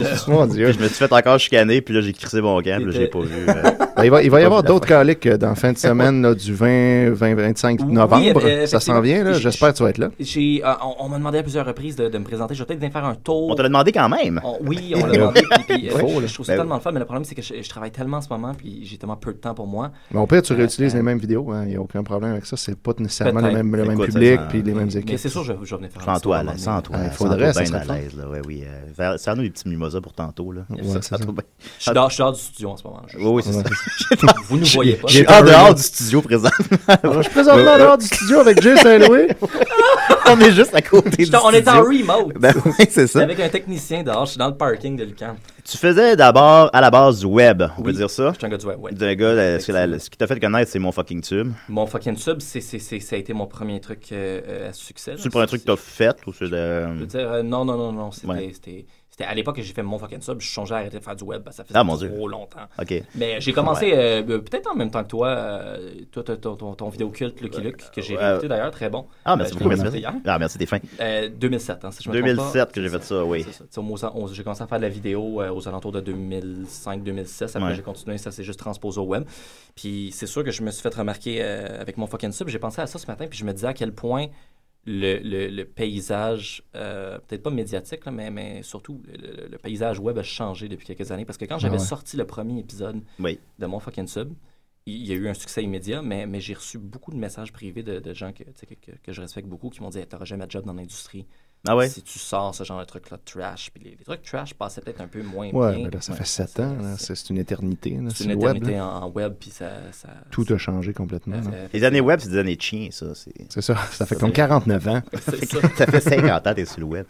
j'ai... Mon Dieu. Puis je me suis fait encore chicaner, puis là j'ai crissé mon camp, puis là j'ai pas vu. *laughs* euh, Ben, il va, il va y pas avoir vu la d'autres fin. caliques euh, dans la fin de semaine là, du 20, 20 25 Oui, novembre. euh, ça s'en effectivement. vient, là. J- J'espère que tu vas être là. J'ai, euh, on, on m'a demandé à plusieurs reprises de, de me présenter. Je vais peut-être venir faire un tour. On te l'a demandé quand même. On- Ah, oui, on l'a demandé. puis- puis, euh, Faux, je- là. je, trouve ça Ben tellement le fun, mais le problème, c'est que je, je travaille tellement en ce moment, puis j'ai tellement peu de temps pour moi. Mais au pire, tu réutilises les mêmes vidéos. hein. Il n'y a aucun problème avec ça. C'est pas nécessairement le Peut-être. même, le même Écoute, ça, public ça- puis les mêmes équipes. Mais c'est sûr, je, je vais venir faire un Sans petit tour toi, à un là, moment sans donné. toi. Ouais, sans faudrait, toi, ça bien serait le à fun. l'aise, là, ouais, oui. euh, faire- Sers-nous des petits mimosas pour tantôt, là. Ouais, Ça- c'est ça ça. nous bien. Je suis dehors- je suis dehors du studio en ce moment. Je- *laughs* Oui, oui, *laughs* c'est Ouais. ça. Vous nous voyez pas. Je suis J'ai en peur, là. dehors du studio présent. *laughs* Alors, je suis présentement en dehors du studio avec Jay Saint-Louis. On est juste à côté Je suis du en- on est en studio. remote. Ben oui, c'est ça. Avec un technicien dehors, je suis dans le parking de Lucan. Tu faisais d'abord à la base du web, on peut dire ça. Je suis un gars du web, ouais. Le gars, la- ce, que la- ce qui t'a fait connaître, c'est mon fucking tube. Mon fucking sub, c'est, c'est, c'est- ça a été mon premier truc euh, euh, à succès. là. C'est le premier truc que t'as fait ou c'est de- Je veux dire, euh, non, non, non, non. C'était, Ouais. c'était, c'était à l'époque que j'ai fait mon fucking sub, je changeais à arrêter de faire du web. parce que Ça faisait Ah, mon Dieu. trop longtemps. Ok. Mais j'ai commencé euh, euh, peut-être en même temps que toi, euh, toi, ton, ton, ton, ton vidéo culte, Lucky Luke, que j'ai Ouais. réécouté d'ailleurs, très bon. Ah, Euh, merci je beaucoup, l'ai merci. écouté hier. Ah, merci, t'es fin. Euh, 2007, hein, si je me trompe 2007 pas. que j'ai fait ça, oui. C'est ça. Tu sais, au moins, on- J'ai commencé à faire de la vidéo euh, aux alentours de 2005-2006. Après, Ouais. j'ai continué, ça s'est juste transposé au web. Puis c'est sûr que je me suis fait remarquer euh, avec mon fucking sub. J'ai pensé à ça ce matin, puis je me disais à quel point le, le- le paysage, euh, peut-être pas médiatique, là, mais, mais surtout le- le, le paysage web a changé depuis quelques années. Parce que quand j'avais ouais. sorti le premier épisode Ah Oui. de mon fucking sub, il il y a eu un succès immédiat, mais, mais j'ai reçu beaucoup de messages privés de, de gens que, tu sais, que, que- que je respecte beaucoup qui m'ont dit Hey, T'auras jamais de job dans l'industrie. Ah ouais? Si tu sors ce genre de truc-là de trash, puis les, les trucs trash passaient peut-être un peu moins Ouais, bien. mais là, ça Ouais. fait 7 ans. là. C'est c'est une éternité. là. C'est C'est une le web, éternité là. en, en web, puis ça. ça Tout a changé complètement. là. euh, Les années web, c'est des années chiens, ça. C'est... C'est ça. Ça fait comme 49 ans. c'est ça. ça fait 50 ans, t'es sur *laughs* le web.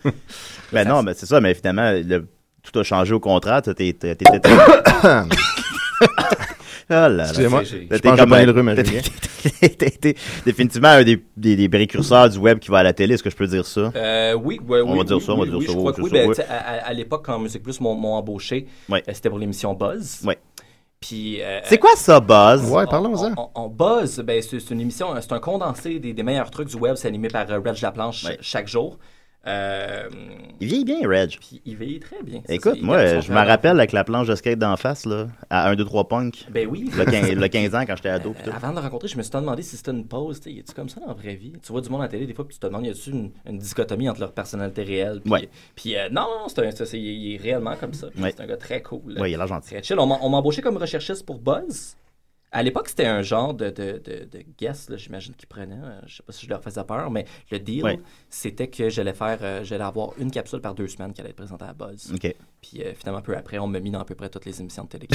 ben non, mais c'est ça, mais finalement, le- tout a changé au contrat. T'es, t'es, t'es- t'es- *coughs* t'es- Oh là là. Excusez-moi, T'es- je t'es pense que j'ai comme pogné un- le rhume à t'es- Julien. t'es- t'es- t'es définitivement un des, des- des précurseurs du web qui va à la télé, est-ce que je peux dire ça? Euh, oui, ouais, On oui, va dire oui, ça, on va oui, dire oui, ça, je oui, crois c'est que oui. ça, Ben, oui. tu sais, à, à- à l'époque, quand Musique Plus m'ont m'ont embauché, Ouais. euh, c'était pour l'émission Buzz. Ouais. Puis, euh, C'est quoi ça, Buzz? Ouais, parlons-en. On, on- on buzz, ben, c'est c'est une émission, euh, c'est un condensé des, des meilleurs trucs du web. C'est animé par euh, Reg Laplanche ch- Ouais. chaque jour. Euh, Il vieillit bien, Reg. puis il veille très bien. Ça, Écoute, c'est- il garde moi, son je me talent. rappelle avec la planche de skate d'en face, là, à 1, 2, 3 punk. Ben oui. Le quin- le 15 ans quand j'étais ado. Euh, *laughs* pis tout. avant de le rencontrer, je me suis tant demandé si c'était une pause. tu sais, Es-tu comme ça dans la vraie vie? Tu vois du monde à la télé, des fois, puis tu te demandes, y a-tu une, une dichotomie entre leur personnalité réelle? Puis, Ouais. puis, euh, non, non, c'est un- c'est- c'est- il est réellement comme ça. puis Ouais. C'est un gars très cool. Ouais, il a l'air gentil. Très chill. On m'a on m'a embauché comme recherchiste pour Buzz. À l'époque, c'était un genre de, de, de, de guest, là, j'imagine, qu'ils prenaient. Euh, Je sais pas si je leur faisais peur, mais le deal, Ouais. c'était que j'allais faire, euh, j'allais avoir une capsule par deux semaines qui allait être présentée à Buzz. OK. Puis euh, finalement, peu après, on m'a mis dans à peu près toutes les émissions de *laughs* télé.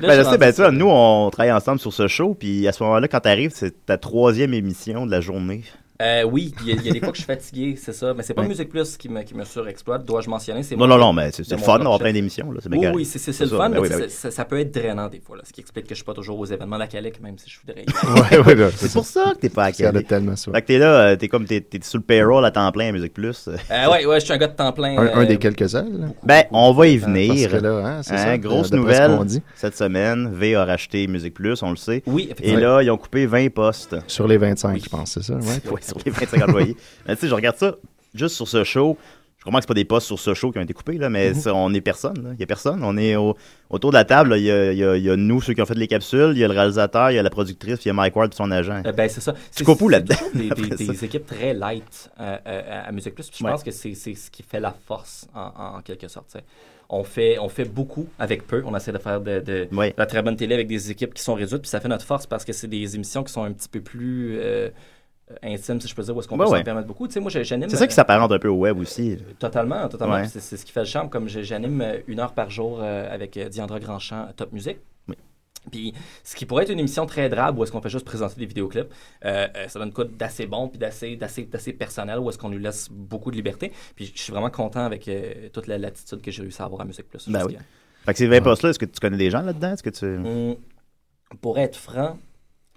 Ben, je sais, ben, tu vois, nous, on travaille ensemble sur ce show, puis à ce moment-là, quand t'arrives, c'est ta troisième émission de la journée. Euh, oui, il y, a- il y a des fois que je suis fatigué, c'est ça. Mais c'est pas Musique Plus qui me, qui me surexploite, dois-je mentionner. c'est Non, mon- non, non, mais c'est c'est de le mon fun job, d'avoir je- plein d'émissions, là. C'est bien Oui, correct. oui, c'est- c'est c'est le ça, fun, ben mais oui, tu ben sais, oui. ça, ça peut être drainant des fois, là, ce qui explique que je suis pas toujours aux événements de la Calique, même si je voudrais. Ouais, ouais, là, C'est pour ça que t'es pas à qu'il y en a Québec. tellement ça. Fait que t'es là, euh, t'es comme, t'es t'es sous le payroll à temps plein à Musique *laughs* Plus. *laughs* euh, ouais, ouais, je suis un gars de temps plein. Un, un euh, des quelques-uns. là. Ben, on va y Parce venir. que là, hein, c'est Hein, ça, grosse d'après ce nouvelle qu'on dit. cette semaine, V a racheté Musique Plus, on le sait. Oui, Et effectivement. là, ils ont coupé 20 postes. Sur les 25, je pense, c'est ça. Ouais. Ouais, sur les 25 employés. Mais tu sais, je regarde ça juste sur ce show. Je comprends que c'est pas des postes sur ce show qui ont été coupés, là, mais ça, on est personne. là. Il y a personne. On est au- autour de la table. là. Il y, a, il y a- il y a nous, ceux qui ont fait les capsules. Il y a le réalisateur, il y a la productrice, puis il y a Mike Ward, puis son agent. Euh, ben, c'est ça. C'est- coupes où c'est là-dedans, toujours Des, des- *laughs* après ça? des équipes très light euh, euh, à Musique Plus. puis Je Ouais. pense que c'est c'est ce qui fait la force, en, en- en quelque sorte. tu sais. On fait, on fait beaucoup avec peu. On essaie de faire de, de- Ouais. de la très bonne télé avec des équipes qui sont réduites. Puis ça fait notre force parce que c'est des émissions qui sont un petit peu plus euh, euh, intimes, si je peux dire, où est-ce qu'on Ouais, peut Ben ouais. s'en permettre beaucoup. Tu sais, moi, j'ai- j'anime. C'est ça qui s'apparente un peu au web aussi. Totalement, totalement. Ouais. Puis C'est c'est ce qui fait le charme. Comme j'ai- j'anime euh, une heure par jour euh, avec euh, Diandra Grandchamp, à Top Music. Oui. Puis, ce qui pourrait être une émission très drabe où est-ce qu'on fait juste présenter des vidéoclips, euh, euh, ça donne quoi d'assez bon puis d'assez, d'assez, d'assez personnel où est-ce qu'on lui laisse beaucoup de liberté. Puis, je suis vraiment content avec euh, toute la latitude que j'ai réussi à avoir à Musique Plus. Ben Parce oui. que, Fait que ces 20 postes-là, est-ce que tu connais des gens là-dedans? Est-ce que tu. Hum, pour être franc,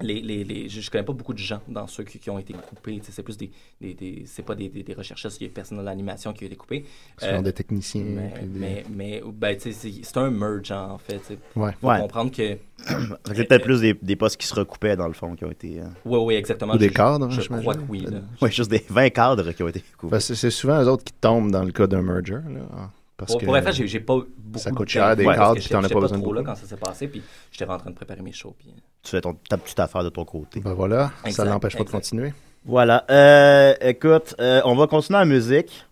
les, les, les- je, je connais pas beaucoup de gens dans ceux qui, qui ont été coupés. Tu sais, C'est plus des, des, des- c'est pas des, des, des recherchistes, il y a des personnes de l'animation qui ont été Euh, coupés. Ce genre de technicien. Mais, puis des- mais, mais, ben, tu sais, c'est c'est un merge, hein, en fait. Il Ouais. faut Ouais. comprendre que. Fait que c'est peut-être plus des, des postes qui se recoupaient dans le fond, qui ont été. euh, Oui, oui, exactement. Ou des Je- cadres, hein, Je, j'imagine. crois que oui. là. Ouais, juste des 20 cadres qui ont été coupés. Parce que Ben, c'est souvent eux autres qui tombent dans le cas d'un merger. Là, ah, parce Pour, que pour être franc, j'ai j'ai pas beaucoup. ça de coûte temps, cher, des parce cadres, que puis t'en as j'étais pas besoin de trop là beaucoup. quand ça s'est passé, puis j'étais en train de préparer mes shows. Puis... Tu fais ton, ta petite affaire de ton côté. ben voilà, ça Exact, l'empêche pas de exact. continuer. *laughs* Voilà. Euh, écoute, euh, on va continuer en musique.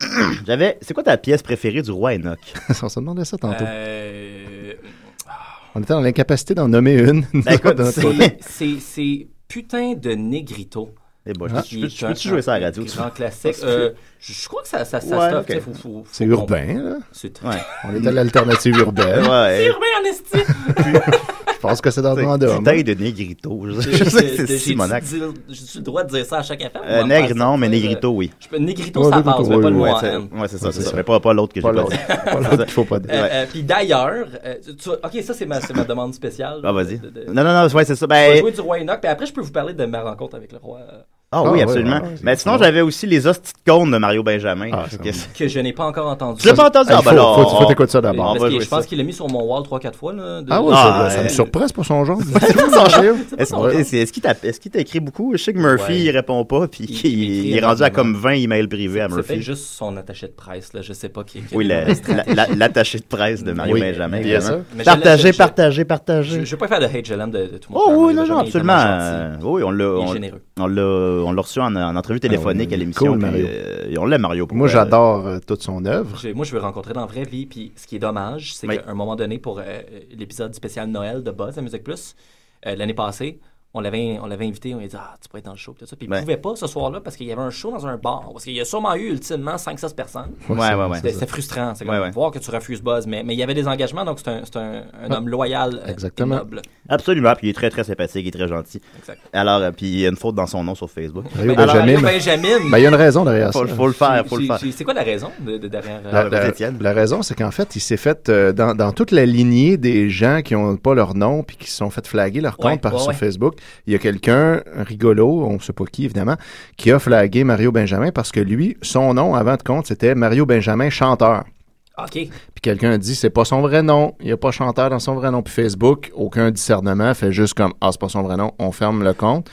*clears throat* J'avais. C'est quoi ta pièce préférée du roi *laughs* Enoch? on se demandait ça tantôt. Euh, On était dans l'incapacité d'en nommer une. *laughs* nous, Ben, écoute, de notre c'est- côté. *laughs* c'est- C'est c'est putain de Negrito. Eh ben, Ah. je peux- je qui est peux-tu un- jouer ça à la un radio? tu Grand classique. Parce que- Euh, je, je crois que ça, ça, ça Ouais, stuff, ok. tu sais, faut- faut- faut C'est comprendre. urbain, là. C'est Ouais. Euh, On est à l'alternative urbaine. C'est Ouais. urbain en esti. Je pense que c'est dans le C'est- grand homme. Putain de Negrito. Je sais- *laughs* je sais que c'est J'ai-tu Simonac. dire- J'ai-tu le droit de dire ça à chaque affaire? Euh, Ou nègre, en non, mais fait, euh, Negrito, oui. Je peux- Negrito, Ouais, ça Negrito, passe, oui, mais pas le oui, mot Ouais, en c'est N. ouais, c'est ça, Ouais, c'est c'est ça. ça. Mais pas, pas l'autre que j'ai Pas pas l'autre. dit. Pas l'autre qu'il faut pas dire. Euh, Ouais. euh, Puis d'ailleurs, euh, tu- tu- ok, ça c'est ma, c'est ma demande spéciale. Ah, vas-y. De- de- Non, non, non, ouais, c'est ça. Je vais Ben, jouer du roi Enoch, puis après je peux vous parler de ma rencontre avec le roi euh, ah Ah, oui, ouais, absolument. ouais, ouais, c'est Mais sinon, bon. j'avais aussi les hosties de cônes de Mario Benjamin. Ah, Parce ça, que- oui. que je n'ai pas encore entendu. Tu l'as pas entendu? Il Ah, faut, ben là, faut, faut on- t'écouter ça d'abord. on Parce va que jouer je pense ça. qu'il l'a mis sur mon wall 3-4 fois. Là, euh, de- Ah ouais, Ah, ça- ça ouais. me surprend c'est pour son *laughs* genre. Est-ce *laughs* Ouais. est-ce- est-ce qu'il t'a est-ce qu'il t'a écrit beaucoup? Je sais que Murphy, Ouais. il répond pas, puis Il- il, il il est écrit rendu à énormément. comme 20 emails privés à C'est peut-être Murphy. juste son attaché de presse, là, je sais pas qui qui- Oui, la- la- la- l'attaché de presse de Mario Oui, Benjamin. bien évidemment. sûr. Mais je Partagez, l'achète, je- partagez, Je, partagez. je vais pas faire de hate, je l'aime de, de tout mon cœur, Oh oui, mais non, non, il est tellement absolument. gentil. Euh, Oui, on l'a Il est on, généreux. on l'a on l'a reçu en, en entrevue téléphonique Ah, à oui, l'émission. cool, puis, Mario. euh, et on l'aime, Mario. pour Moi, vrai. j'adore euh, toute son œuvre. J'ai- Moi, je veux le rencontrer dans la vraie vie. Puis ce qui est dommage, c'est Oui. qu'à un moment donné, pour euh, l'épisode spécial Noël de Buzz à Musique Plus, euh, l'année passée, on l'avait, on l'avait invité, on lui a dit Ah, tu pourrais être dans le show. puis Tout ça. Puis il Ouais. pouvait pas ce soir-là parce qu'il y avait un show dans un bar. Parce qu'il y a sûrement eu ultimement 5-6 personnes. Ouais, ça- ouais, ouais. C'était, c'était frustrant. C'est comme Ouais, ouais. voir que tu refuses Buzz. Mais, mais il y avait des engagements, donc c'est un, c'est un, un homme loyal euh, Exactement. et noble. Absolument. Puis il est très, très sympathique, il est très gentil. Exact. Alors, euh, puis il y a une faute dans son nom sur Facebook. Mario Alors, Benjamin. Mario Benjamin, Ben, il y a une raison derrière Faut, ça. faut le faire, Ah, faut le c'est- faire. Ah. c'est- c'est quoi la raison de, de- derrière euh, La, la- Étienne. la raison, c'est qu'en fait, il s'est fait, euh, dans, dans toute la lignée des gens qui n'ont pas leur nom puis qui se sont fait flaguer leur Ouais, compte par, ouais, sur ouais. Facebook, il y a quelqu'un un rigolo, on ne sait pas qui évidemment, qui a flagué Mario Benjamin parce que lui, son nom avant de compte, c'était Mario Benjamin Chanteur. Ah, Ok. Puis quelqu'un a dit, c'est pas son vrai nom, il n'y a pas Chanteur dans son vrai nom. Puis Facebook, aucun discernement, fait juste comme, ah, c'est pas son vrai nom, on ferme le compte.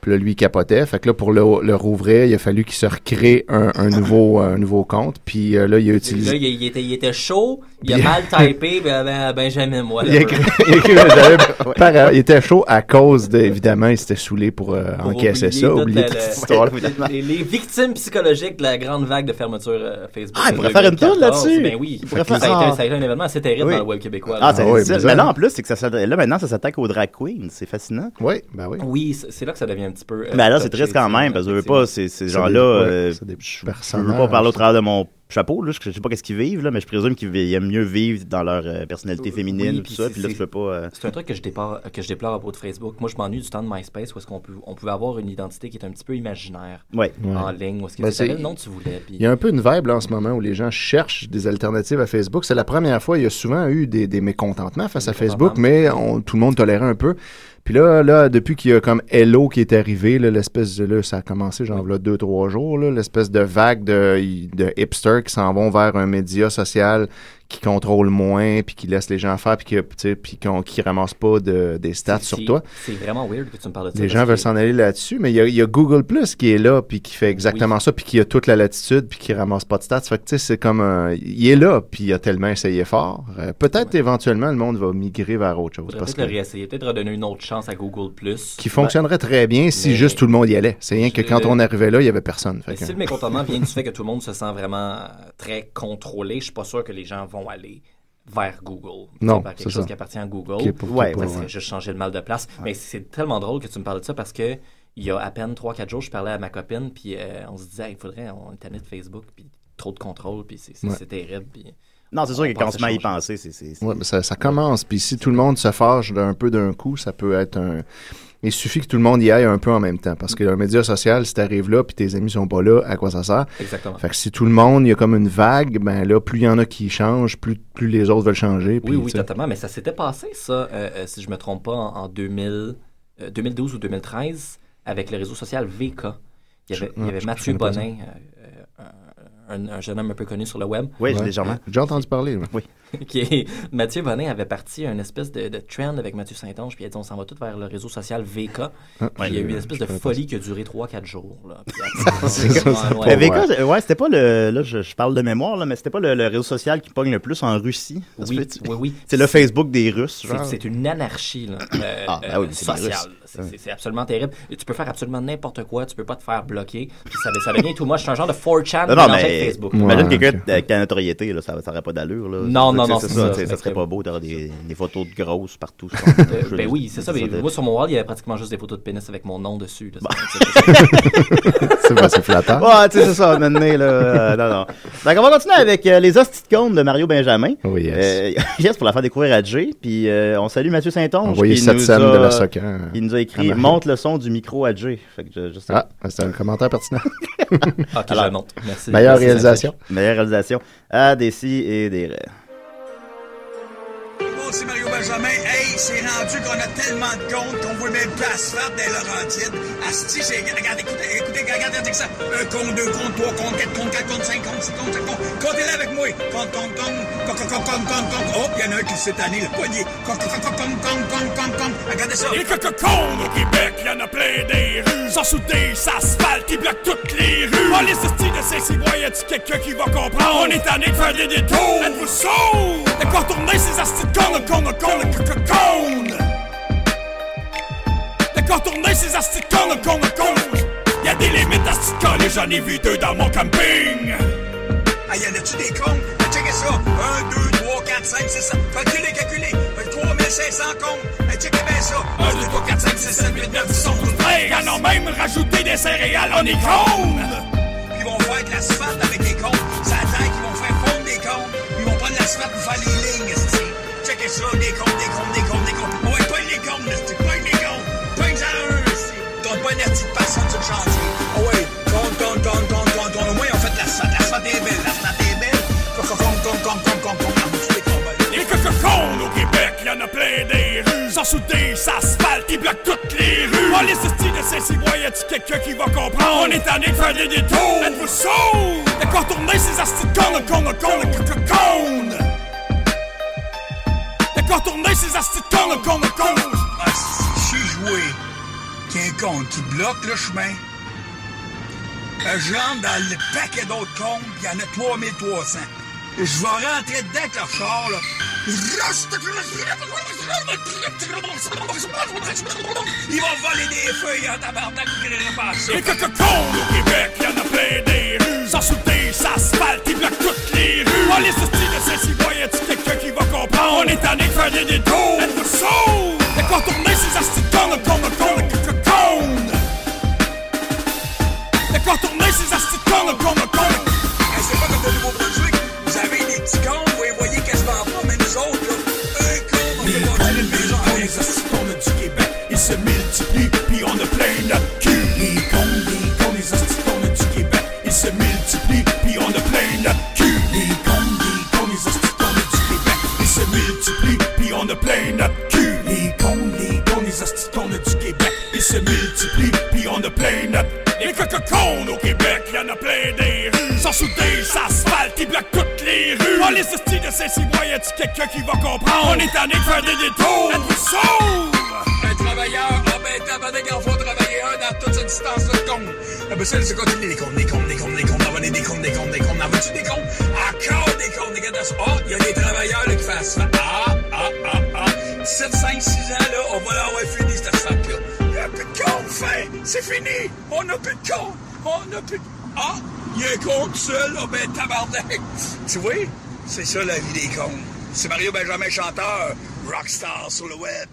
Puis là, lui, il capotait. Fait que là, pour le, le rouvrir, il a fallu qu'il se recrée un, un nouveau, un nouveau compte. Puis euh, là, il a utilisé. Là, il, il était, il était chaud, il a mal *laughs* typé, ben, ben, Benjamin, moi. Il, a écrit- *laughs* il a écrit Benjamin par- il était chaud à cause, de, évidemment, il s'était saoulé pour, euh, encaisser oublier ça, toute oublier la- toute la- cette histoire-là. les, les victimes psychologiques de la grande vague de fermeture euh, Facebook. Ah, il de pourrait faire une 2014. tourne là-dessus. Ben oui, Il pourrait ça, faire a été, ça. ça a été un événement assez terrible Oui. dans le web québécois. Ah, là. c'est difficile. mais là, en plus, c'est que ça, s'atta- là, maintenant, ça s'attaque aux drag queens. C'est fascinant. Oui, ben oui. Oui, c'est c'est là que ça devient un petit peu. euh, Mais là, c'est touché, triste quand tu sais, même, parce que je veux effectivement. pas, ces, ces gens-là, euh, je veux pas personnages, parler au travers de mon chapeau, là, je je sais pas qu'est-ce qu'ils vivent, là, mais je présume qu'ils vi- ils aiment mieux vivre dans leur euh, personnalité féminine, Oui, tout puis ça, c'est- puis là, tu c'est- peux pas... euh, C'est un truc que je, déplore, que je déplore à propos de Facebook. Moi, je m'ennuie du temps de MySpace où est-ce qu'on peut, on pouvait avoir une identité qui est un petit peu imaginaire Ouais. en ligne, où est-ce que Ben, tu savais c'est- le nom que tu voulais. puis- Il y a un peu une vibe là, en ce moment où les gens cherchent des alternatives à Facebook. C'est la première fois, il y a souvent eu des, des mécontentements face à Facebook, mais on- tout le monde tolérait un peu. Puis là, là depuis qu'il y a comme Hello qui est arrivé, là, l'espèce de, là, ça a commencé genre là, deux, trois jours, là, l'espèce de vague de, de hipsters qui s'en vont vers un média social qui contrôle moins, puis qui laisse les gens faire, puis qui, tu sais, puis qu'on- qui ramasse pas de- des stats C'est- sur toi. C'est vraiment weird que tu me parles de ça. Les gens parce veulent que- s'en aller là-dessus, mais il y, a- il y a Google Plus qui est là, puis qui fait exactement ça, puis qui a toute la latitude, puis qui ramasse pas de stats. Fait que tu sais, c'est comme un- il est là, puis il a tellement essayé fort. Euh, Peut-être éventuellement le monde va migrer vers autre chose, Faudrait parce peut-être que le réessayer, peut-être redonner une autre chance à Google+. qui fonctionnerait très bien si ben, mais- juste tout le monde y allait. C'est rien que Je- quand on arrivait là, il y avait personne. Fait Mais que- si le mécontentement vient du fait que tout le monde se sent vraiment euh, très contrôlé, je suis pas sûr que les gens vont aller vers Google. Tu Non, sais, Par quelque c'est chose ça. qui appartient à Google. Qui est pour- qui est ouais, pour- ça serait ouais. juste changer le mal de place. Mais c'est tellement drôle que tu me parles de ça parce que il y a à peine 3-4 jours, je parlais à ma copine, puis euh, on se disait, Hey, il faudrait, on est tanné de Facebook, puis trop de contrôle, puis c'est c'est- Ouais. c'est terrible. puis Non, c'est sûr on que pense quand à tu m'as y changer. penser, c'est- c'est... Ouais, mais ça, ça commence. Puis si tout le monde se fâche d'un peu d'un coup, ça peut être un. Il suffit que tout le monde y aille un peu en même temps. Mm. Parce qu'un média social, si t'arrives là, puis tes amis sont pas là, à quoi ça sert? Exactement. Fait que si tout le monde, il y a comme une vague, ben là, plus il y en a qui changent, plus, plus les autres veulent changer. puis, Oui, oui, tu sais. totalement. Mais ça s'était passé, ça, euh, euh, si je me trompe pas, en, en 2000, euh, 2012 ou 2013, avec le réseau social VK. Il y Je- avait, il y ouais, avait je- je Mathieu connais pas ça. Bonin, euh, euh, un, un jeune homme un peu connu sur le web. Oui, Ouais. légèrement. J'ai entendu parler. ouais. *laughs* qui est- Mathieu Bonin avait parti à une espèce de, de trend avec Mathieu Saint-Onge, puis il a dit on s'en va tout vers le réseau social VK. Ah, Puis il y a je- eu une espèce je de connais pas folie qui a duré 3-4 jours. là. Puis ça, après- ah, c'est Ouais, comme ouais. Mais VK, c'est- Euh, ouais, c'était pas le. Là, je, je parle de mémoire, là, mais c'était pas le, le réseau social qui pogne le plus en Russie. Ça se Oui, peut-tu? oui, oui. C'est le Facebook des Russes, C'est- genre. C'est une anarchie là, euh, Ah, ben oui, euh, mais c'est des Russes. sociale. C'est- C'est c'est absolument terrible. Et tu peux faire absolument n'importe quoi, tu peux pas te faire bloquer. Puis ça, ça devient tout moi. Je suis un genre de 4chan Non, non, mélangé avec mais Facebook. imagine Ouais, quelqu'un avec ta notoriété, là, ça n'aurait pas d'allure. là. Non, C'est- non, non, c'est c'est ça. ça. tu sais, Ça serait pas beau d'avoir des, des photos de grosses partout. *laughs* sur- Euh, sur- ben oui, c'est ça. mais de- moi, sur mon wall, il y avait pratiquement juste des photos de pénis avec mon nom dessus. Bah, là. C'est- C'est pas *laughs* c'est flatteur. Ouais, Ah, tu sais, c'est ça, maintenant, là. euh, non, non. Donc, on va continuer avec euh, les hosties de cônes de Mario Benjamin. Oui, Oh, yes. Euh, *laughs* yes, pour la faire découvrir à Jay. Puis, euh, on salue Mathieu Saint-Onge. Envoyez qui cette nous scène a- de la soccer. Il nous a à écrit Mario. Monte le son du micro à Jay. Fait que je, je sais Ah, c'est un *laughs* commentaire pertinent. Ok, je Alors, le montre. Merci. Meilleure Merci, réalisation. Meilleure réalisation à des si et des rêves. Bon, c'est Mario Benjamin. Hey, c'est rendu qu'on a tellement de comptes qu'on voit même plus la sphère des Laurentides. Asti, j'ai... Regarde, écoutez, écoutez, regardez, regardez ça. Un compte, deux comptes, trois comptes, quatre comptes, quatre comptes, cinq comptes, six comptes, sept comptes. Comptez-les avec moi. Compte, compte, compte. Compte, compte, compte, compte, compte. Oh, il y en a un qui cette année, le poignet. Compte, compte, compte, compte, compte, compte, compte, compte. Regardez ça. Les cococones au Québec, y en a plein des rues. Sans soudés, ça asphalte qui bloque toutes les rues. Oh, les hosties de Saint-Cybois, y'a-tu quelqu'un qui va comprendre? On est tanné de faire des détours. Êtes-vous sourds? De quoi tourner ces hosties de cônes, de cônes, de cônes, de cococones? De quoi tourner ces hosties de cônes, de cônes, de cônes? Y'a des limites à ce con, et j'en ai vu deux dans mon camping. Ah, y en a-tu des comptes? Ah, checkez ça. Un, deux, trois, quatre, cinq, six, sept. Calculez, calculez. Euh, 3500 comptes. Ah, checkez bien ça. Un, deux, trois, quatre, cinq, six, sept, huit, neuf, dix, onze, douze, Hey, y'en a même rajouté des céréales, on est cônes. Ils vont faire de l'asphalte avec des comptes. Ça attend qu'ils vont faire fondre des comptes. Ils vont prendre l'asphalte pour faire les lignes, esti. Checkez ça, des comptes, des comptes, des comptes, des comptes. On va pas les comptes, esti. Pas les comptes. Pas en un, esti. Donne pas une esti de personne sur le chantier. Ah ouais, compte, compte, compte, compte, compte, compte. Au moins, on fait de l'asphalte. L'asphalte est belle, l'asphalte est belle. Compte, compte, compte, compte, compte, compte, compte. Ah, tu les comptes, ben. Les cococones au Québec, y'en a plein des rues. Sans soudés, ça asphalte, ils bloquent toutes les rues. Oh, les hosties de Saint-Cybois, y'a-tu quelqu'un qui va comprendre? On est tanné de faire des détours. Êtes-vous sourds? De quoi tourner ces hosties de cônes, de cônes, de cônes, de cococones? De quoi tourner ces hosties de cônes, de cônes, de cônes? Ah, si, si, je suis joué. Qu'un cône, tu bloques le chemin. Euh, Je rentre dans le paquet d'autres cônes, puis il y en a 3300. Et Je vais rentrer dedans avec leur char, là. Ils vont voler des feuilles en tabarnak, vous créerez pas ça. Et quelques cons au Québec, y'en a plein des rues. Sans souder, ça asphalte, ils bloquent toutes les rues. Oh, les hosties de ces citoyens, tu quelqu'un qui va comprendre. On est tanné de faire des détours. Êtes-vous sourds? De contourner ces hosties de cons, de cons, de cons, de quelques cons. De contourner ces hosties de cons, de cons, de cons, de Hey, C'est pas comme au Nouveau-Brunswick. Vous avez des petits cons, vous les voyez quasiment pas, mais nous autres, là, un con, on fait continuer de maison. Les assistantes du Québec, ils se multiplient, puis on a plein notre cul. Les cons, les cons, les assistantes du Québec, ils se multiplient, puis on a plein notre cul. Les cons, les cons, les assistantes du Québec, ils se multiplient, puis on a plein notre cul. Les cons, les cons, les assistantes du Québec, ils se multiplient, puis on a plein notre les quelques cons au Québec, y'en a plein des rues. Sans souder, ça asphalte, ils bloquent toutes les rues. Oh, les hosties de ces citoyens, tu quelqu'un qui va comprendre? On est tanné de faire des détours. Êtes-vous sourds? Un travailleur, ah ben tabarnak, il en faut travailler un dans toute cette distance-là de con. La bestiole, c'est continuer les cons, des cons, des cons, des cons, d'en voler des cons, des cons, des cons, d'en voler des cons, encore des cons, des catastrophes. Ah, il y a des travailleurs là, qui font ça. Ah, ah, ah, ah. 7, 5, 6 ans, là, on va l'avoir fini, cette fac-là. Il n'y a plus de cons, fin! C'est fini! On n'a plus de cons! On n'a plus de... Ah! Il y a un con tout seul, ah ben tabarnak! Tu vois? C'est ça, la vie des cons. C'est Mario Benjamin, chanteur, rockstar sur le web.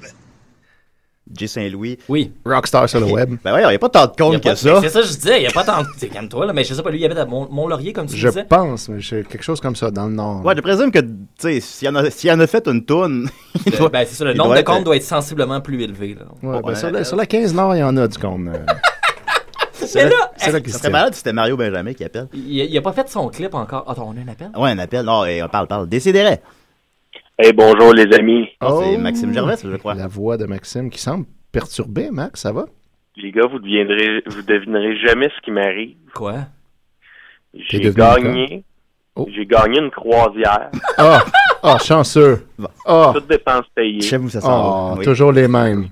J. Saint-Louis. Oui. Rockstar sur le web. Ben voyons, il n'y a pas tant de comptes que ça. C'est ça que je disais, il n'y a pas tant. T'sais, Calme-toi, là, mais je sais pas, lui, il avait mon, laurier comme tu Je disais. pense, mais c'est quelque chose comme ça, dans le Nord. Ouais, je présume que, tu sais, s'il y, en a- s'il y en a fait une toune. *laughs* il Le- doit- ben, c'est ça, le il nombre doit de être- comptes doit être sensiblement plus élevé. Là. Ouais, ben, on a- sur, la, sur la 15 Nord, il y en a du con. *laughs* euh. Mais C'est là, c'est hey, qui ça serait se serait malade si c'était Mario Benjamin qui appelle. il, il a pas fait son clip encore. Attends, on a un appel? Ouais, un appel. Non, et on parle, parle. Décidérez. Hey, bonjour les amis. c'est Maxime Gervais, je crois. Oh! La voix de Maxime qui semble perturbée, Max, ça va? Les gars, vous deviendrez, vous devinerez jamais ce qui m'arrive. Quoi? J'ai devenu Oh. gagné. J'ai gagné une croisière. *laughs* Ah, ah, chanceux. Ah, Toutes dépenses payées. Ah, toujours les mêmes.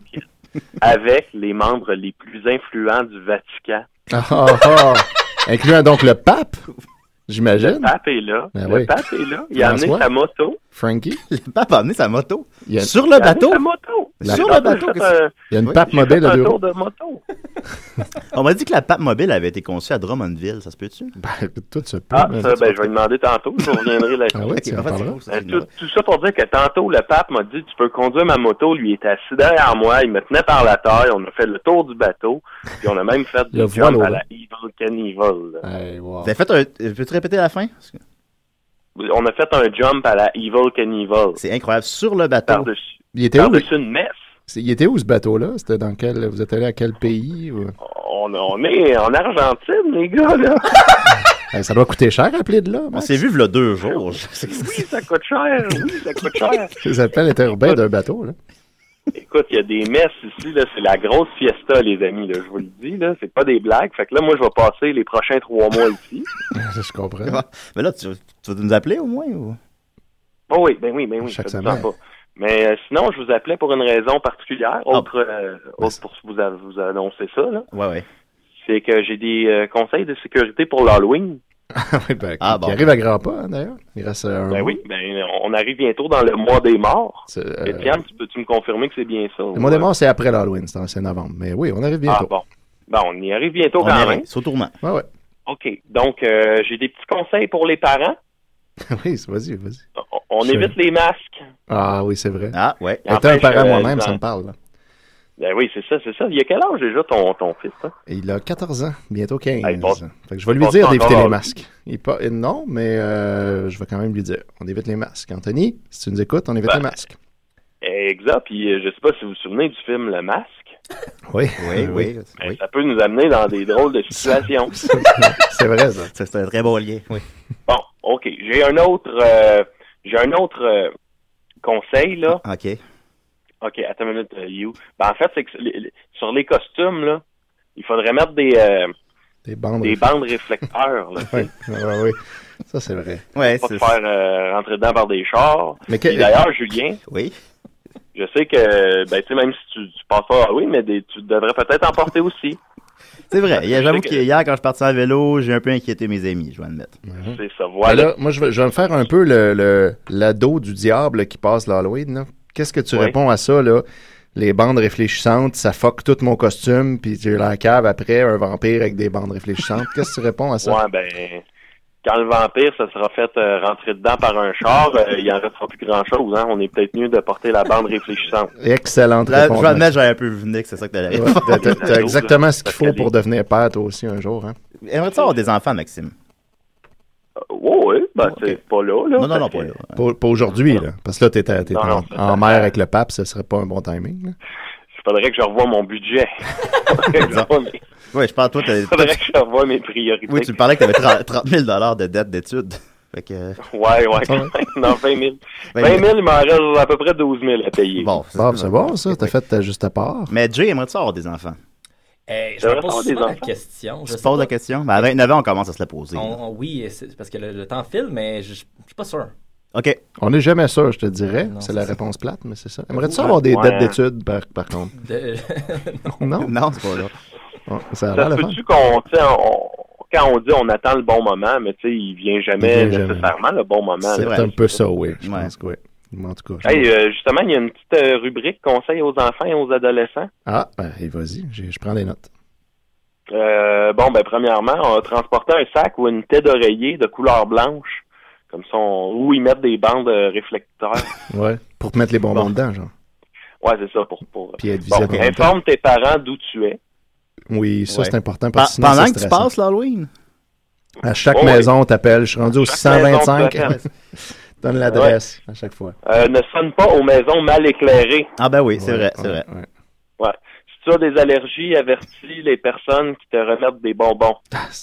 Avec les membres les plus influents du Vatican. Ah, ah, ah. Incluant donc le pape, j'imagine. Le pape est là. Ben le oui. pape est là. Il a amené François? sa moto. Frankie? Le pape a amené sa moto. Il y a- Sur le Il a bateau. amené sa moto. La- Sur J'ai le bateau, fait qu'est-ce- un- Il y a une Oui. pape j'ai fait modèle à un deux tour roues. de moto. On m'a dit que la pape mobile avait été conçue à Drummondville, ça se peut-tu? Ben, tout se peut. Ah, mais ça, tu ben, vas- je vais demander tantôt. Je vous reviendrai là-dessus. Ah ouais, tu en parleras? Euh, tout, tout ça pour dire que tantôt, le pape m'a dit Tu peux conduire ma moto. Lui, il était assis derrière moi. Il me tenait par la taille. On a fait le tour du bateau. Puis on a même fait Le du jump voilà, à la ouais. Evil Cannibal. là. T'as fait un. euh, Peux-tu répéter la fin? On a fait un jump à la Evil Cannibal. C'est incroyable. Sur le bateau. Par-dessus Il était où, par-dessus une messe. C'est- Il était où ce bateau-là? C'était dans quel. Vous êtes allé à quel pays? ou- On, on est en Argentine, les gars. Là. Eh, ça doit coûter cher, appeler de là. On s'est vu v'là deux jours. Oui, ça coûte cher. Oui, ça coûte cher. Les appels interurbains d'un *laughs* bateau, là. Écoute, il y a des messes ici, là, c'est la grosse fiesta, les amis, là, je vous le dis, là, c'est pas des blagues. Fait que là, moi, je vais passer les prochains trois mois ici. je comprends. *laughs* Mais là, tu, tu vas nous appeler au moins? Ou... Bon, oui, ben oui, ben oui, Chaque ça me semaine. sent pas. Mais euh, sinon, je vous appelais pour une raison particulière, Ah. autre, euh, Ben, autre pour vous, a- vous annoncer ça, là. Ouais, ouais. C'est que j'ai des euh, conseils de sécurité pour l'Halloween. Oui, ben, qui Ah, bon. arrive à grands pas, hein, d'ailleurs. Il reste euh, un. Ben mois. oui, ben on arrive bientôt dans le mois des morts. C'est, euh, Étienne, tu peux-tu me confirmer que c'est bien ça? euh, Le mois des morts, c'est après l'Halloween, c'est en c'est en novembre. Mais oui, on arrive Ah bientôt. bon. Ben, on y arrive bientôt On quand y même. arrive, C'est au tournant. Ouais, ouais. *laughs* OK. Donc, euh, j'ai des petits conseils pour les parents. oui, c'est- vas-y, vas-y. On- On Sure. évite les masques. Ah oui, c'est vrai. Ah, ouais. Étant un N'empêche, parent euh, moi-même, dans- ça me parle. là. Ben oui, c'est ça, c'est ça. Il y a quel âge déjà ton, ton fils? hein? Et il a 14 ans, bientôt 15. Ah, il passe- Fait que je vais il lui passe dire pas d'éviter encore. les masques. Il pas... et Non, mais euh, je vais quand même lui dire. On évite les masques. Anthony, si tu nous écoutes, on évite Ben. les masques. Exact. Puis euh, je sais pas si vous vous souvenez du film Le Masque. *laughs* Oui, Oui, euh, oui. Ben, Ça peut nous amener dans des drôles de situations. *laughs* C'est vrai, ça. Ça, C'est un très beau lien. Oui. bon, ok. J'ai un autre, euh, j'ai un autre euh, conseil là. OK. Ok, attends une minute, euh, You. Ben en fait, c'est que sur les- sur les costumes là, il faudrait mettre des euh, Des bandes. des bandes réflecteurs. *laughs* Là, Oui, oui, oui. Ça, c'est vrai. Ouais, pas c'est- te faire euh, rentrer dedans par des chars. Mais que- Et D'ailleurs, Julien, Oui. Je sais que, ben, tu sais, même si tu, tu passes pas, ah oui, mais des- tu devrais peut-être en porter aussi. C'est vrai. je sais J'avoue que- qu'hier, quand je suis parti en vélo, j'ai un peu inquiété mes amis, je dois admettre. C'est ça, voilà. Mais Mhm. Ben là, moi, je vais, je vais me faire un peu le, le- l'ado du diable qui passe l'Halloween. là. Qu'est-ce que tu Oui. réponds à ça, là? Les bandes réfléchissantes, ça fuck tout mon costume, puis j'ai la cave après, un vampire avec des bandes réfléchissantes. Qu'est-ce que tu réponds à ça? Ouais, ben, quand le vampire se sera fait euh, rentrer dedans par un char, euh, il en restera plus grand-chose. Hein? On est peut-être mieux de porter la bande réfléchissante. Excellente Ben, Je réponse. dois admettre, j'avais un peu venu que c'est ça que t'allais Ouais, t'as- t'as- t'as exactement ce qu'il Parce faut que pour devenir père, toi aussi, un jour. Hein? les- Aimerais-tu avoir des enfants, Maxime? Oui, oui, Euh, ben, c'est pas là, là. Non, non, non, parce pas que- Pas, là. pas aujourd'hui, là. Parce que là, t'es, à- t'es Non, en, non, c'est en mer avec le pape, ce serait pas un bon timing. là. Il faudrait que je revoie mon *laughs* budget. Faudrait que je revoie mes- Oui, je parle, toi, t'as- faudrait que je revoie mes priorités. Oui, tu me parlais que t'avais 30 30 000 de dette d'études. Fait que... euh, Ouais, *laughs* ouais, quand même. *laughs* non, 20 000. 20 000, il m'en reste à peu près 12 000 à payer. Bon, Bon, c'est bon, ça. T'as fait ta juste part. Mais Jay, aimerais-tu avoir des enfants? Eh, je Ça me va pose avoir des souvent la enfants? question. Je Je te sais pose pas. la question. Ben, à 29 ans, on commence à se la poser. On- on- oui, c'est parce que le, le temps file, mais je je suis pas sûr. OK. On n'est jamais sûr, je te dirais. c'est la réponse plate, mais c'est ça. Aimerais-tu Ouais. avoir des Ouais. dettes d'études, par, par contre? De- *laughs* *laughs* non? Non, c'est pas là. Oh, ça Ça a l'air se le fun. peut-tu qu'on, tu sais, on- quand on dit on attend le bon moment, mais tu sais, il vient jamais Il vient jamais. nécessairement le bon moment. C'est là. un peu ça, oui. Je pense que oui. Mais En tout cas. je- Hey, euh, justement, il y a une petite euh, rubrique conseil aux enfants et aux adolescents. Ah, ben, hey, vas-y, j'ai- je prends les notes. Euh, bon, ben premièrement, on va transporter un sac ou une tête d'oreiller de couleur blanche, comme ça, on- ou ils mettent des bandes euh, réflecteurs. Ouais. Pour te mettre les bonbons dedans, genre. Ouais, c'est ça pour pour. Puis être Bon, visible en même temps. informe tes parents d'où tu es. Oui, ça, Ouais. c'est important. Pa- Parce que sinon, pendant c'est que tu stressant. passes l'Halloween. À chaque Oh, oui. maison, t'appelles. Je suis rendu au Chaque maison, 625. tu l'appelles. *laughs* Donne l'adresse à chaque fois. Euh, ne sonne pas aux maisons mal éclairées. Ah ben oui, c'est vrai, c'est vrai. Ouais. Si tu as des allergies, avertis les personnes qui te remettent des bonbons.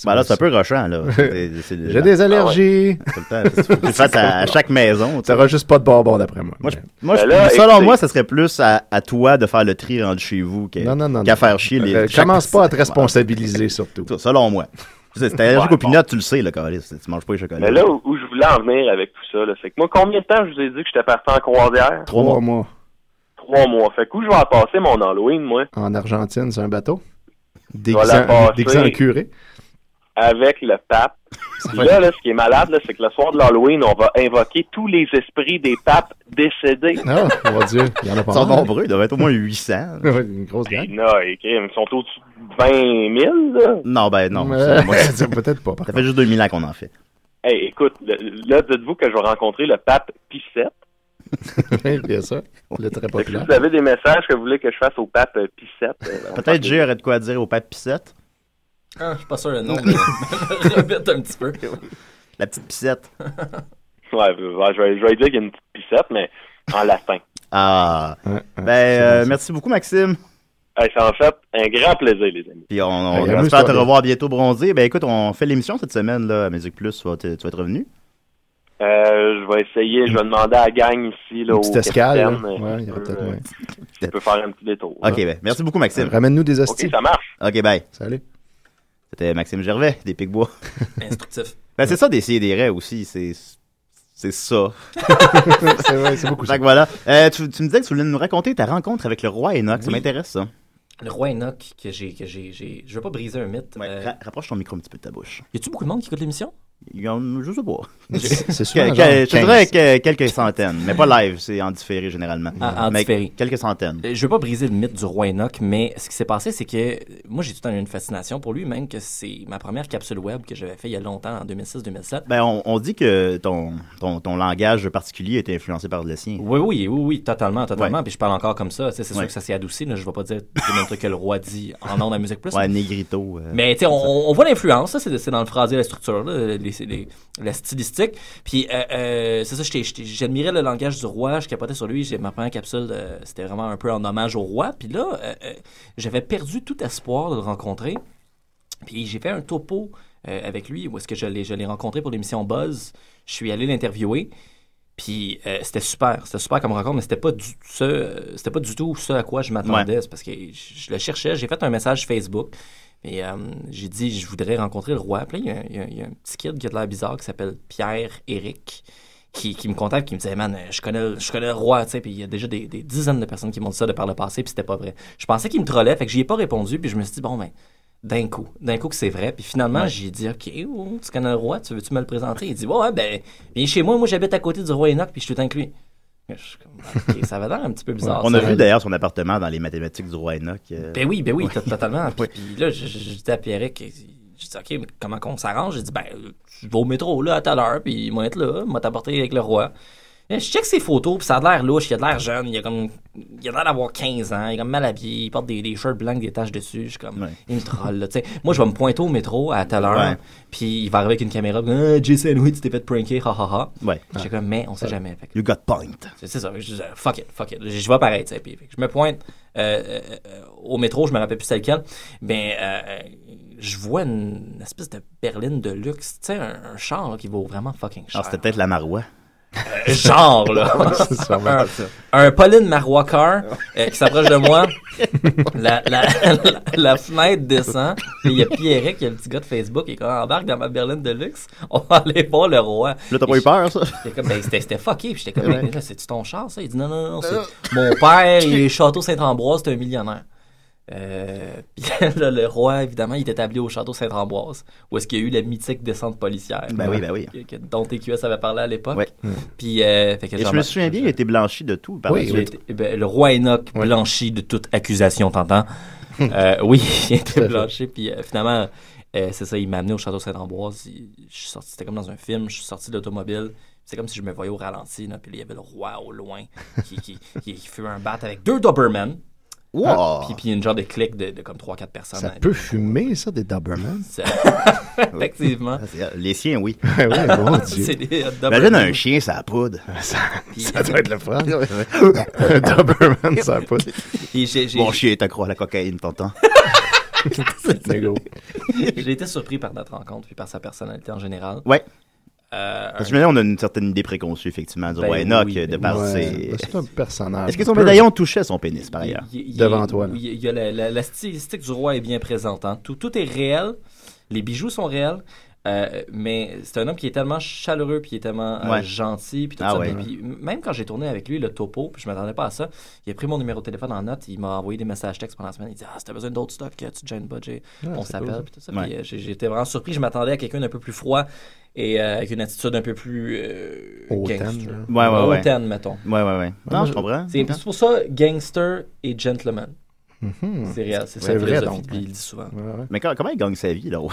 Ben là, c'est un peu rushant, là. Bah, *laughs* J'ai Ah des allergies. Tout le temps, parce que tu le fasses à, à chaque maison. tu sais. T'auras juste pas de bonbons, d'après moi. Moi, je- moi, je- Ben là, selon écoutez- moi, ce serait plus à, à toi de faire le tri rendu chez vous qu'à Non, non, non, qu'à non. faire chier les. Euh, chaque- commence pas à te responsabiliser, surtout. Ça, Selon moi. Tu sais, Si t'es allergique Ouais, aux peanuts, tu le sais, là, Carlis. Tu manges pas les chocolats. Mais là où, où je voulais en venir avec tout ça, là, c'est que moi, combien de temps je vous ai dit que j'étais parti en croisière? Trois mois. mois. Trois mois. Fait que où je vais en passer mon Halloween, moi? En Argentine, c'est un bateau. Voilà, Déguisant passer. déguisant en curé. Avec le pape. Puis Là, là, ce qui est malade, là, c'est que le soir de l'Halloween, on va invoquer tous les esprits des papes décédés. Non, Ah, mon Dieu, il y en a pas Ils sont mal. nombreux, ils doivent être au moins 800. *laughs* Ouais, une grosse gang. Non, et crime, ils sont au-dessus de 20 000, là. Non, ben *laughs* non. Euh, selon moi, c'est peut-être pas. Ça fait juste 2000 ans qu'on en fait. Hey, écoute, le- là, dites-vous que je vais rencontrer le pape Pissette. Oui, bien sûr. Le très Si populaire. vous avez des messages que vous voulez que je fasse au pape euh, Pissette, euh, Peut-être Jay aurait de quoi dire au pape Pissette. Ah, je suis pas sûr *laughs* le nom, mais *laughs* répète un petit peu. La petite Pissette. *laughs* Ouais, ouais, je vais, je vais dire qu'il y a une petite pissette, mais en latin. Ah. Ben, euh, merci beaucoup, Maxime. Hey, c'est en fait un grand plaisir, les amis. Puis on, on Hey, espère amuse-toi, te là. revoir bientôt bronzé. Ben écoute, on fait l'émission cette semaine là, à Musique Plus, tu vas, te- tu vas être revenu. Euh, je vais essayer, je vais demander à la gang ici, là, Une au petite escale, capitaine, là. euh, Ouais, si il y tu aura peux, peut-être euh, moyen. si tu peux faire un petit détour. Ok, là. ben merci beaucoup Maxime. Ramène-nous des hosties. Ok, ça marche. Ok, bye. Salut. C'était Maxime Gervais, des Picbois. Instructif. Ben c'est ça d'essayer des raies aussi, c'est c'est ça. c'est vrai, c'est beaucoup *laughs* ça. voilà. Euh, tu, tu me disais que tu voulais nous raconter ta rencontre avec le roi Enoch, ça Oui. m'intéresse ça. Le roi Enoch, que j'ai. que j'ai, j'ai- Je veux pas briser un mythe. euh, Ra- rapproche ton micro un petit peu de ta bouche. Y a-tu beaucoup de monde qui écoute l'émission Il y en- Je sais pas. C'est Que- souvent, que- genre, Je te dirais 15. que quelques centaines, mais pas live, c'est en différé généralement. Ah, en Mais différé. Quelques centaines. Euh, Je veux pas briser le mythe du roi Enoch, mais ce qui s'est passé, c'est que euh, moi, j'ai tout le temps eu une fascination pour lui, même que c'est ma première capsule web que j'avais fait il y a longtemps, en 2006-2007. Ben, on, on dit que ton, ton, ton langage particulier était influencé par le sien. Oui, oui, oui, oui, totalement, totalement. Ouais. Puis je parle encore comme ça. Tu sais, C'est Ouais. sûr que ça s'est adouci. Là. Je vais pas dire le même truc que le roi dit en ondes à Musique Plus. Ouais, Negrito. euh, Mais tu sais, on, on voit l'influence, ça, c'est c'est dans le phrasé, la structure, là, les- c'est les- la stylistique. Puis euh, euh, c'est ça, j'étais- j'étais- j'admirais le langage du roi, je capotais sur lui. J'ai- Ma première capsule, euh, c'était vraiment un peu en hommage au roi. Puis là, euh, euh, j'avais perdu tout espoir de le rencontrer. Puis j'ai fait un topo euh, avec lui, où est-ce que je l'ai je l'ai rencontré pour l'émission Buzz. Je suis allé l'interviewer. Puis euh, c'était super, c'était super comme rencontre, mais c'était pas du ce, euh, c'était pas du tout ce à quoi je m'attendais, C'est parce que je, je le cherchais. J'ai fait un message Facebook, et euh, j'ai dit je voudrais rencontrer le roi. Puis là, il y a un- il y, a un- il y a un petit kid qui a de l'air bizarre qui s'appelle Pierre Éric qui, qui me contacte, qui me disait, man, je connais, je connais le roi, tu sais, puis il y a déjà des, des dizaines de personnes qui m'ont dit ça de par le passé, puis c'était pas vrai. Je pensais qu'il me trollait, fait que j'y ai pas répondu, puis je me suis dit, bon, ben, d'un coup, d'un coup que c'est vrai. Puis finalement, Ouais. j'ai dit, OK, oh, tu connais le roi, tu veux-tu me le présenter? Il dit, ouais, ouais, ben, viens chez moi, moi j'habite à côté du roi Enoch, puis je suis tout inclus. Je suis comme, OK, ça va l'air un petit peu bizarre. On a ça. vu d'ailleurs son appartement dans les mathématiques du roi Enoch. euh. Ben oui, ben oui, to- totalement. Puis, puis là, je- je je dis à Pierrick, je dis, OK, mais comment qu'on s'arrange? J'ai dit, ben, tu vas au métro, là, à tout à l'heure, puis ils vont être là, ils vont t'apporter avec le roi. Et je check ses photos, puis ça a l'air louche, il a de l'air jeune, il a comme, il a l'air d'avoir 15 ans, il est comme mal habillé, il porte des, des shirts blancs, avec des taches dessus, je suis comme, il me troll, là, tu sais. Moi, je vais me pointer au métro à telle heure, Ouais. puis il va arriver avec une caméra, ah, Jason, oui, tu t'es fait pranker, ha ha ha. Ouais. Je suis comme, mais on sait jamais. Fait que- You got point. c'est c'est ça. Je disais, fuck it, fuck it. Je vais pareil, tu sais. Puis fait que je me pointe euh, euh, euh, au métro, je me rappelle plus c'est lequel. Mais euh, euh, je vois une espèce de berline de luxe, tu sais, un, un char là, qui vaut vraiment fucking cher. Alors, Ah, c'était peut-être la Marois. Euh, *laughs* genre, là. *laughs* Ouais, c'est *laughs* sûrement un, ça. un Pauline Marois car euh, qui s'approche de *laughs* moi. la, la, la- la fenêtre descend. puis Il y a Pierrette, qui est le petit gars de Facebook, qui est comme embarque dans ma berline de luxe. On va aller voir le roi. Là, t'as pas eu peur, ça? ben, C'était c'était fucké. Puis j'étais comme, Ouais. Ben mais là, c'est-tu ton char, ça? Il dit, non, non, non, c'est mon *laughs* père, il est Château Saint-Ambroise, c'est un millionnaire. Euh, *laughs* puis là, le roi, évidemment, il est établi au château Saint-Ambroise, où est-ce qu'il y a eu la mythique descente policière. Ben oui, ben oui. Que- que- dont TQS avait parlé à l'époque. Ouais. Puis, euh, fait que *laughs* Et je Jean- me souviens bien, il a été blanchi de tout par la oui, il suite. était- ben, le roi Enoch blanchi de toute accusation, t'entends? Euh, *laughs* oui, il Tout à était fait. blanchi. Puis euh, finalement, euh, c'est ça, il m'a amené au château Saint-Ambroise. il- je suis sorti, c'était comme dans un film, je suis sorti de l'automobile. C'est comme si je me voyais au ralenti, là, puis là, il y avait le roi au loin qui, qui, qui, qui fait un bat avec deux Hein? Doberman. Wow! Ah, Puis, puis une genre de clique de, de comme 3-4 personnes. Ça Ah, ben, hein. peut fumer, ça, des *laughs* Doberman? Ça- Effectivement. Ah, Les siens, oui. Ouais, ouais, mon Dieu. C'est des, euh, Doberman. Oh, Imagine un chien, ça a *laughs* poudre. Ça, ça doit être le *laughs* fun. Un Doberman, ça a *laughs* poudre. Mon chien est accro à la cocaïne, t'entends? J'ai été surpris par notre rencontre, puis par sa personnalité en général. *laughs* Ouais. Euh, Parce que maintenant, on a une certaine idée préconçue, effectivement, du Ben roi Enoch, oui, ben de oui. par Ouais, ses... ben c'est un personnage. Est-ce que son Peu- médaillon touchait son pénis, par ailleurs? il- il- il- oui, Il y a la, la- la stylistique du roi est bien présente. hein. Tout, tout est réel. Les bijoux sont réels. euh, mais c'est un homme qui est tellement chaleureux, puis il est tellement euh, Ouais. gentil, puis tout Ah ça. ouais. Puis- puis même quand j'ai tourné avec lui le topo, puis je m'attendais pas à ça, il a pris mon numéro de téléphone en note, il m'a envoyé des messages textes pendant la semaine. Il dit Ah, si t'as besoin d'autres stocks, tu te gênes pas, j'ai- Ah, on c'est cool, s'appelle, ça. puis tout ça. Ouais. Puis, euh, j'ai- j'étais vraiment surpris. Je m'attendais à quelqu'un d'un peu plus froid et euh, avec une attitude un peu plus. euh, Hautaine, gangster. là. Ouais, ouais, ouais. Hautaine, mettons. Ouais, ouais, ouais. Non, je comprends. C'est c'est pour ça gangster et gentleman. C'est réel, Mhm. c'est ça. C'est la vrai, philosophie donc. de Bill, il le dit souvent. Mais quand- comment il gagne sa vie, là, ouais?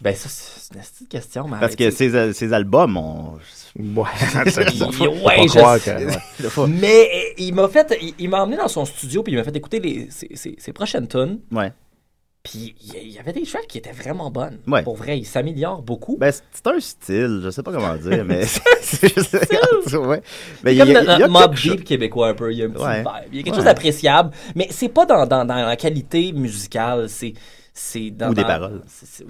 Ben, ça, c'est une petite question, mais Parce que arrêtez. ses, euh, ses albums, on... Ouais, *laughs* Ouais, je sais. *laughs* Mais euh, il m'a fait, il, il m'a emmené dans son studio puis il m'a fait écouter les, ses, ses- ses prochaines tunes. Ouais. Puis il y- il y avait des tracks qui étaient vraiment bonnes. Ouais. Pour vrai, il s'améliore beaucoup. Ben, c'est c'est un style, je sais pas comment *laughs* dire, mais c'est juste... *laughs* ouais. Mais C'est comme il y a- le- il y a le mob quelque chose- deep québécois un peu. Il y a un petit Ouais. vibe. Il y a quelque Ouais. chose d'appréciable, mais c'est pas dans, dans, dans la qualité musicale. C'est c'est dans Ou des dans- paroles. c'est- c'est-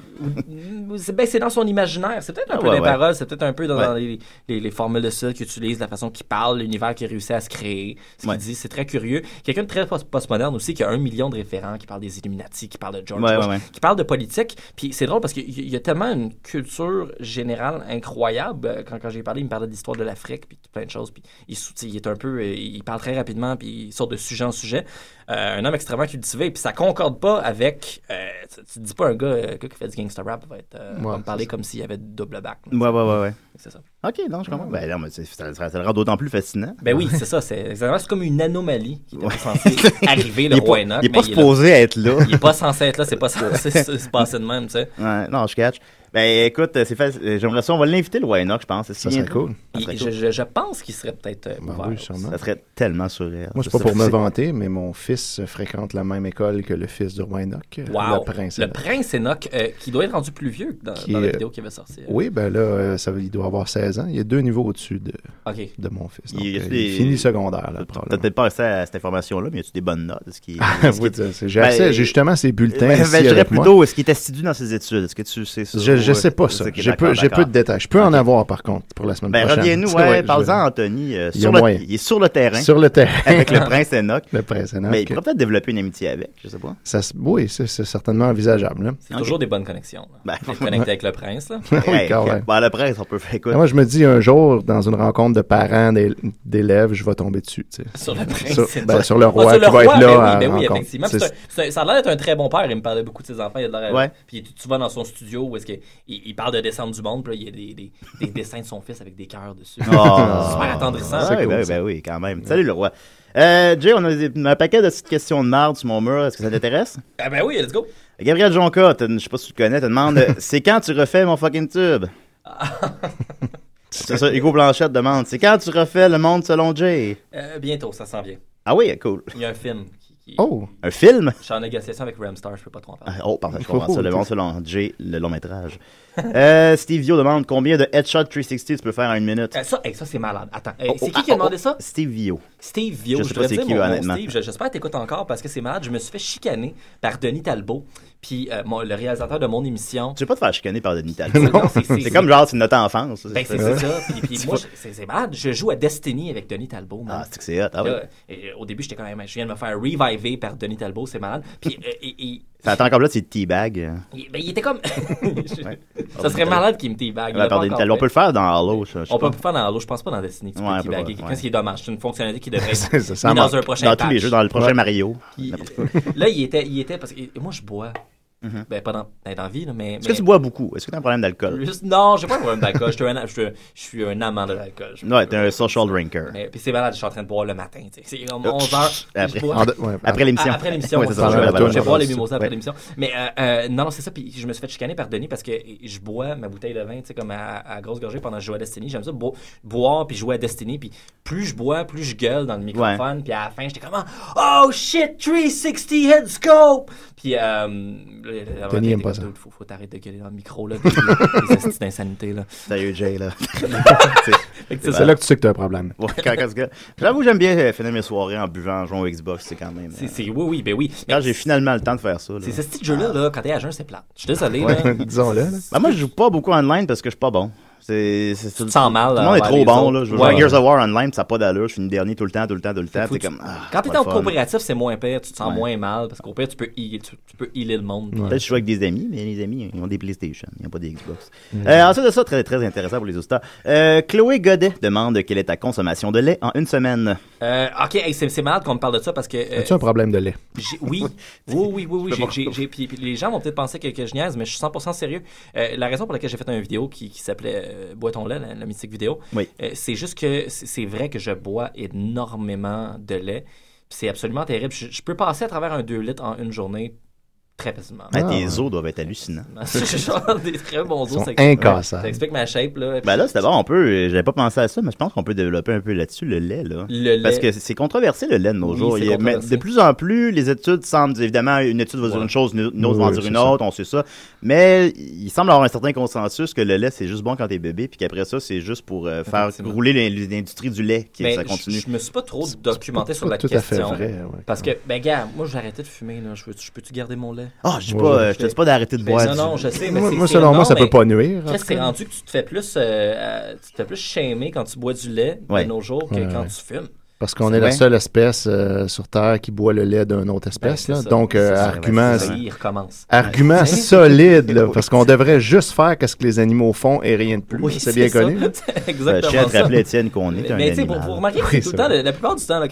ou- ou- c'est ben, c'est dans son imaginaire. C'est peut-être un Ah, peu ouais, des ouais. paroles. C'est peut-être un peu dans, Ouais. dans les, les- les formules de style qu'il utilise, la façon qu'il parle, l'univers qu'il réussit à se créer. Ce qu'il Ouais. dit, c'est très curieux. Quelqu'un de très post- postmoderne aussi qui a un million de référents, qui parle des Illuminati, qui parle de George Ouais, Bush, ouais, ouais. qui parle de politique. Puis c'est drôle parce qu'il y- il y a tellement une culture générale incroyable. Euh, Quand, quand j'ai parlé, il me parlait de l'histoire de l'Afrique, puis de plein de choses. Puis il, sou- tu sais, il est un peu, euh, il parle très rapidement, puis il sort de sujet en sujet. Euh, un homme extrêmement cultivé, puis ça concorde pas avec. euh, tu, tu dis pas un gars, euh, gars qui fait du gangster rap va, être, euh, Ouais, va me c'est parler comme s'il y avait double back. Ouais, ouais, ouais, ouais. C'est ça. OK, non, je comprends. Ben, non, mais c'est- ça, ça- ça le rend d'autant plus fascinant. Ben oui, c'est ça. C'est exactement- c'est comme une anomalie qui était pas *laughs* censée arriver, le Il est pas- roi Enoch, il est pas mais supposé là. être là. Il est pas censé être là. C'est pas *laughs* censé se se passer de même, tu sais. Ouais, non, je catch. Ben, écoute, euh, c'est facile. Euh, J'aimerais ça, on va l'inviter, le Why Not, je pense. Ça serait cool. Ça serait, Il- cool. je, je- je pense qu'il serait peut-être euh, Ben ouvert. Ça serait tellement surréel. Moi, c'est pas pour me vanter, mais mon fils fréquente la même école que le fils de Roi Enoch, Wow. le prince. Le prince Enoch, euh, qui doit être rendu plus vieux que dans, Qui, dans la euh, vidéo qui avait sorti. Oui, ben là, euh, ça, veut- il doit avoir 16 ans. Il y a deux niveaux au-dessus de, Ok. de mon fils. Donc, euh, Il, il, y a-tu des- finit le secondaire, là, *laughs* T'as probablement. peut-être pas accès à cette information-là, mais y a-tu des bonnes notes? Est-ce qu'il- Ah, est-ce oui, qu'il- ça, c'est- j'ai accès- j'ai justement ces bulletins Ben, ici ben, je dirais avec moi. plutôt, est-ce qu'il est assidu dans ses études? Est-ce que tu sais ça? Je je sais pas ça. Ok, J'ai d'accord, peu, j'ai peu d'accord. de détails. Je peux en avoir, par contre, pour la semaine Ben, prochaine. *laughs* reviens-nous, C'est ouais, vrai, je- parle-en, Anthony. euh, Il y a sur le- moyen. il est sur le terrain. Sur *laughs* le terrain. Avec le prince Enoch. *laughs* Le prince Enoch. Mais il pourrait peut-être développer une amitié avec, je sais pas. Ça, se- oui, c'est c'est certainement envisageable. là. Ok. Toujours des bonnes connexions. là. Ben, Être connecté avec le prince. Là. *laughs* *laughs* Oui, quand même. Ben, le prince, on peut faire quoi? Moi, je me dis un jour, dans une rencontre de parents d'é- d'élèves, je vais tomber dessus. tu sais. Sur le prince. Sur, c'est ben, ça. sur le Ah, roi qui va roi, être ben là. oui, ben en oui, rencontre. effectivement. C'est- C'est un- c'est- ça a l'air d'être un très bon père. Il me parlait beaucoup de ses enfants. Il a de l'air- Ouais. Puis tu, tu vas dans son studio où est-ce que, il, il parle de descendre du monde. Puis là, il y a des, des- des dessins de son fils avec des cœurs dessus. *laughs* Oh. C'est *laughs* Super attendrissant. Ouais, ben, oui, ben oui, quand même. Salut le roi. Euh, Jay, on a des- un paquet de petites questions de marde sur mon mur. Est-ce que ça t'intéresse? *laughs* Ah ben oui, let's go. Gabriel Jonca, t'as une- je sais pas si tu le connais, te demande euh, c'est quand tu refais mon *laughs* fucking tube? c'est ça, Hugo Blanchette demande c'est quand tu refais le monde selon Jay? Euh, bientôt, ça s'en vient. Ah oui, cool. Il y a un film. Qui, qui- *laughs* Oh. Un film? Je suis en négociation avec Ramstar, je peux pas trop en parler. Ah, Oh, parfait, je comprends ça. Le Oh. monde selon Jay, le *laughs* long métrage. euh, Steve Vio demande combien de headshot 360 tu peux faire en une minute? Euh, ça, hey, ça c'est malade. Attends, hey, Oh, Ben, c'est oh, qui ah, qui a demandé oh, ça? Steve Vio. Steve Vio, Je je, sais pas voudrais c'est dire qui, ben, mon, mon honnêtement. Steve, je- j'espère que t'écoutes encore parce que c'est malade. Je me suis fait chicaner par Denis Talbot, puis euh, mon- le réalisateur de mon *laughs* émission. Tu veux pas te faire chicaner par Denis Talbot. Non, c'est- *laughs* c'est- C'est comme genre, c'est notre enfance. Ben, c'est c'est ça. Puis, puis moi, je- c'est c'est malade. Je joue à Destiny avec Denis Talbot. man. Ah, c'est que c'est hot. Ah Là, ouais. euh, au début, j'étais quand même, je viens de me faire reviver par Denis Talbot, c'est malade. Puis euh, et- et- Ça attend comme là, c'est T-Bag. il, ben, il était comme. *laughs* Je- Ouais. Ça serait malade qu'il me teabag. Il l'a pas encore on peut fait. le faire dans Halo, ça. je sais On peut pas. le faire dans Halo, je pense pas dans Destiny. que Tu Ouais, peux on peut teabaguer pas, quelqu'un, ouais. ce qui est dommage. C'est une fonctionnalité qui *laughs* devrait être C'est ça, ça mise dans manque. un prochain Dans tous les patch. jeux, dans le prochain Ouais. Mario. Il- N'importe là, il était, il était parce que et moi, je bois. Ben, pas dans, ben, dans la vie, là, mais. Mm-hmm. Est-ce que tu bois beaucoup? Est-ce que t'as un problème d'alcool? Juste- non, j'ai pas un problème d'alcool. je, suis un- je suis- je suis un amant de l'alcool. Je- Ouais, t'es un social drinker. Mais puis c'est malade, je suis en train de boire le matin. tu sais. C'est comme Euh, 11 heures. après- je bois- en de- ouais, après l'émission. Ah, Après l'émission, Ouais, moi, c'est ça, je ça, je vais- vais- je vais boire je les vais- mimosas après ouais. l'émission. Mais euh, euh, non, non, c'est ça. Puis je me suis fait chicaner par Denis parce que je bois ma bouteille de vin, tu sais, comme à, à grosse gorgée pendant que je joue à Destiny. J'aime ça, bo- boire puis jouer à Destiny. Puis plus je bois, plus je gueule dans le microphone. Puis à la fin, j'étais comme Oh shit, 360 headscope! Puis euh, Denis aime pas ça. faut, faut t'arrêter de gueuler dans le micro, là. puis Les *laughs* les astuces d'insanité, là. Sérieux, Jay, là. *laughs* C'est là que tu sais que t'as un problème. Ouais, quand- quand- quand- J'avoue, j'aime bien euh, finir mes soirées en buvant, en jouant au Xbox, c'est quand même. euh, C'est- c'est- oui, oui, ben oui. Quand j'ai finalement le temps de faire ça. là. C'est ce petit jeu-là, là, quand t'es à jeun, c'est plate. Je suis désolé, Ouais. là. Disons-le. là. Ben, moi, je joue pas beaucoup online parce que je suis pas bon. C'est, c'est, tu sens mal, Tout le monde est envers les trop bon. autres. Là. Je joue Ouais. à Gears of War online, puis ça n'a pas d'allure. Je finis dernier tout le temps, tout le temps, tout le temps. Faut C'est que tu- comme. ah, Quand pas t'es le en fun. coopératif, c'est moins pire, tu te sens Ouais. moins mal, parce qu'au pire, tu peux healer, tu, tu peux healer le monde. Peut-être que je joue avec des amis, mais les amis, ils ont des PlayStation, ils n'ont pas des Xbox. Mm. Euh, ensuite de ça, très, très intéressant pour les auditeurs. Euh, Chloé Godet demande quelle est ta consommation de lait en une semaine. Euh, ok, hey, c'est c'est malade qu'on me parle de ça parce que. euh, As-tu un problème de lait? j'ai- *laughs* Oui, oui, oui, oui, oui. j'ai- j'ai- j'ai- puis- puis les gens vont peut-être penser que, que je niaise, mais je suis 100% sérieux. Euh, la raison pour laquelle j'ai fait une vidéo qui, qui s'appelait euh, Bois ton lait, la, la mythique vidéo, Oui. euh, c'est juste que c'est c'est vrai que je bois énormément de lait. Puis C'est absolument terrible. Je, je peux passer à travers un 2 litres en une journée très *laughs* facilement. Ben, tes os doivent être hallucinants. Je *laughs* genre des très bons os. Ils sont ça explique- incassables. Ça explique ma shape. Là, Ben là, c'est d'abord, on peut. J'avais pas pensé à ça, mais je pense qu'on peut développer un peu là-dessus le lait, là. Le Parce lait. que c'est controversé, le lait de nos Oui, jours. c'est Il y a- mais controversé. de plus en plus, les études semblent. Évidemment, une étude va dire Ouais. une chose, une une autre va Oui, en dire c'est une ça. autre, on sait ça. Mais il semble avoir un certain consensus que le lait, c'est juste bon quand t'es bébé, puis qu'après ça, c'est juste pour euh, faire Effectivement. rouler l'in- l'industrie du lait, qui Mais ça continue. ben, Je, je me suis pas trop documenté sur pas la tout à fait question. vrai, ouais, parce que, ben, gars, moi, j'ai arrêté de fumer, là. Je, veux- je peux-tu garder mon lait? Ah, je dis Ouais, pas, ouais. euh, je te dis pas d'arrêter de Ben, boire Non, du- non, je sais, mais Moi- c'est- moi, c'est- selon non, moi, ça mais peut pas nuire, en Chris, tout c'est cas. rendu que tu te fais plus, euh, euh, tu te fais plus shamer quand tu bois du lait Ouais. de nos jours que Ouais, quand ouais. tu fumes. Parce qu'on C'est est la vrai. seule espèce euh, sur Terre qui boit le lait d'une autre espèce. Ben, là. c'est ça. Donc, euh, C'est ça, argument, ben, c'est ça, il recommence. argument Ouais. solide, *laughs* là, parce qu'on devrait juste faire ce que les animaux font et rien de plus. c'est bien ça. connu. *laughs* Ben, C'est exactement Euh, Je tiens à te ça. rappeler, Étienne, qu'on est Mais- un Mais tu sais, pour animal. vous remarquer, Oui, c'est tout c'est le temps, vrai. le- la plupart du temps, là,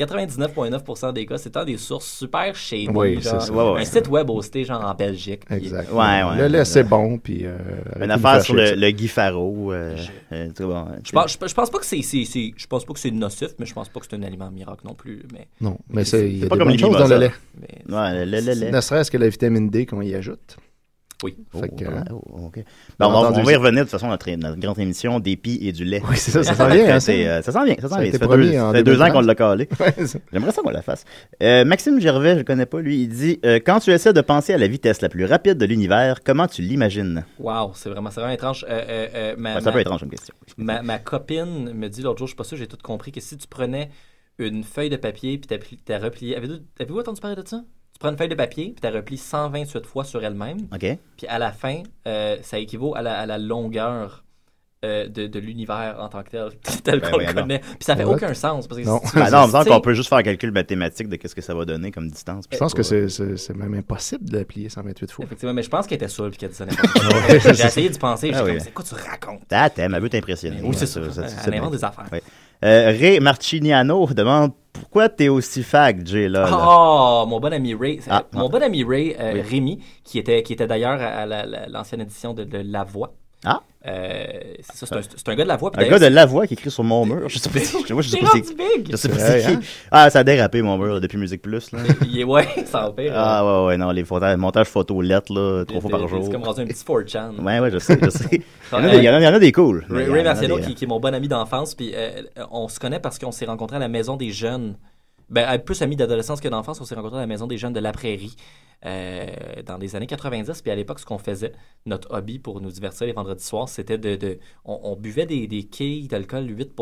99,9% des cas, c'est dans des sources super shady. Oui, genre, c'est ça. Ouais, ouais. Un site web hosté, genre en Belgique. puis- Exact. Ouais, ouais. le lait, c'est bon. Puis, euh, arrêtez Une de affaire nous sur faire le, chier, le Guy Faro. euh, euh, tu vois, Je pense, je, je pense pas que c'est, c'est- c'est- je pense pas que c'est nocif, mais je pense pas que c'est un aliment miracle non plus. Mais Non, mais c'est- il y a des bonnes les choses dans le mimosas. lait. Ouais, le- le- le ça. lait. Oh, Ne serait-ce que la vitamine D qu'on y ajoute. Oui. Fait que, euh, Ben, on, va- on entendu va y ça. revenir de toute façon notre, notre grande émission d'épis et du lait. Oui, c'est ça, *laughs* ça s'en vient, hein, ça. ça s'en vient, ça Ça s'en a vient. été Ça fait promis deux, ça en fait deux ans 2013. qu'on l'a calé. Ouais, ça. *laughs* J'aimerais ça qu'on la fasse. Euh, Maxime Gervais, je le connais pas, lui, il dit euh, Quand tu essaies de penser à la vitesse la plus rapide de l'univers, comment tu l'imagines wow, c'est vraiment, c'est vraiment étrange. Euh, euh, euh, ma- Ben, Ouais, Ça peut ma- être étrange comme question. Ma, ma copine me dit l'autre jour, je suis pas sûr, j'ai tout compris, que si tu prenais une feuille de papier puis t'as, pli- t'as replié. Avez-vous, avez-vous entendu parler de ça? Tu prends une feuille de papier, puis tu la replies 128 fois sur elle-même. OK. Puis à la fin, euh, ça équivaut à la, à la longueur euh, de, de l'univers en tant que tel, *laughs* tel Ben qu'on le voyons. connaît. Puis ça fait What? aucun sens. Parce que Non. si tu- Ben non, en me semble tu sais- qu'on peut juste faire un calcul mathématique de qu'est-ce que ça va donner comme distance. Je pense que c'est- c'est c'est même impossible de plier 128 fois. Effectivement, mais je pense qu'elle était saoule puis qu'elle disait Ouais, n'importe quoi. c'est J'ai ça. essayé d'y penser. Ah J'ai oui. comme, c'est quoi tu racontes? Ah, t'aimes, elle veut t'impressionner. Oui, c'est ça. Elle c'est invente bon. des affaires. Ouais. Euh, Ray Marciniano demande pourquoi t'es aussi fag, Jay, là. là? Oh, mon bon ami Ray, Ah, mon bon ami Ray, euh, Oui. Rémi, qui était, qui était d'ailleurs à la- la- l'ancienne édition de, de La Voix. Ah. Euh, c'est ça, c'est un, ben c'est un gars de La Voix. puis Un gars d'ailleurs, de la voix qui écrit sur mon mur. Je sais pas si- je- *laughs* moi, je sais T'es pas c'est rendu big. Je sais pas C'est vrai, c'est qui. hein? Ah, ça a dérapé mon mur là, depuis Musique Plus. Là. Il est, ouais, *laughs* ça empire. Ah, ouais, ouais, non, les photos- montages photo lettres, là, trois T'es- fois par t'es- jour. C'est comme rendu un petit 4chan. Ouais, ouais, je sais, *laughs* je sais. Il y en a des, il y en a- il y en a des cool. mais euh, Ray, il y en Ray a Marciano, des- qui, qui est mon bon ami d'enfance, puis euh, on se connaît parce qu'on s'est rencontrés à la maison des jeunes. Ben, euh, plus amis d'adolescence que d'enfance, on s'est rencontrés à la maison des jeunes de la prairie euh, dans les années 90. Puis à l'époque, ce qu'on faisait, notre hobby pour nous divertir les vendredis soirs, c'était de. de- on, on buvait des, des quilles d'alcool 8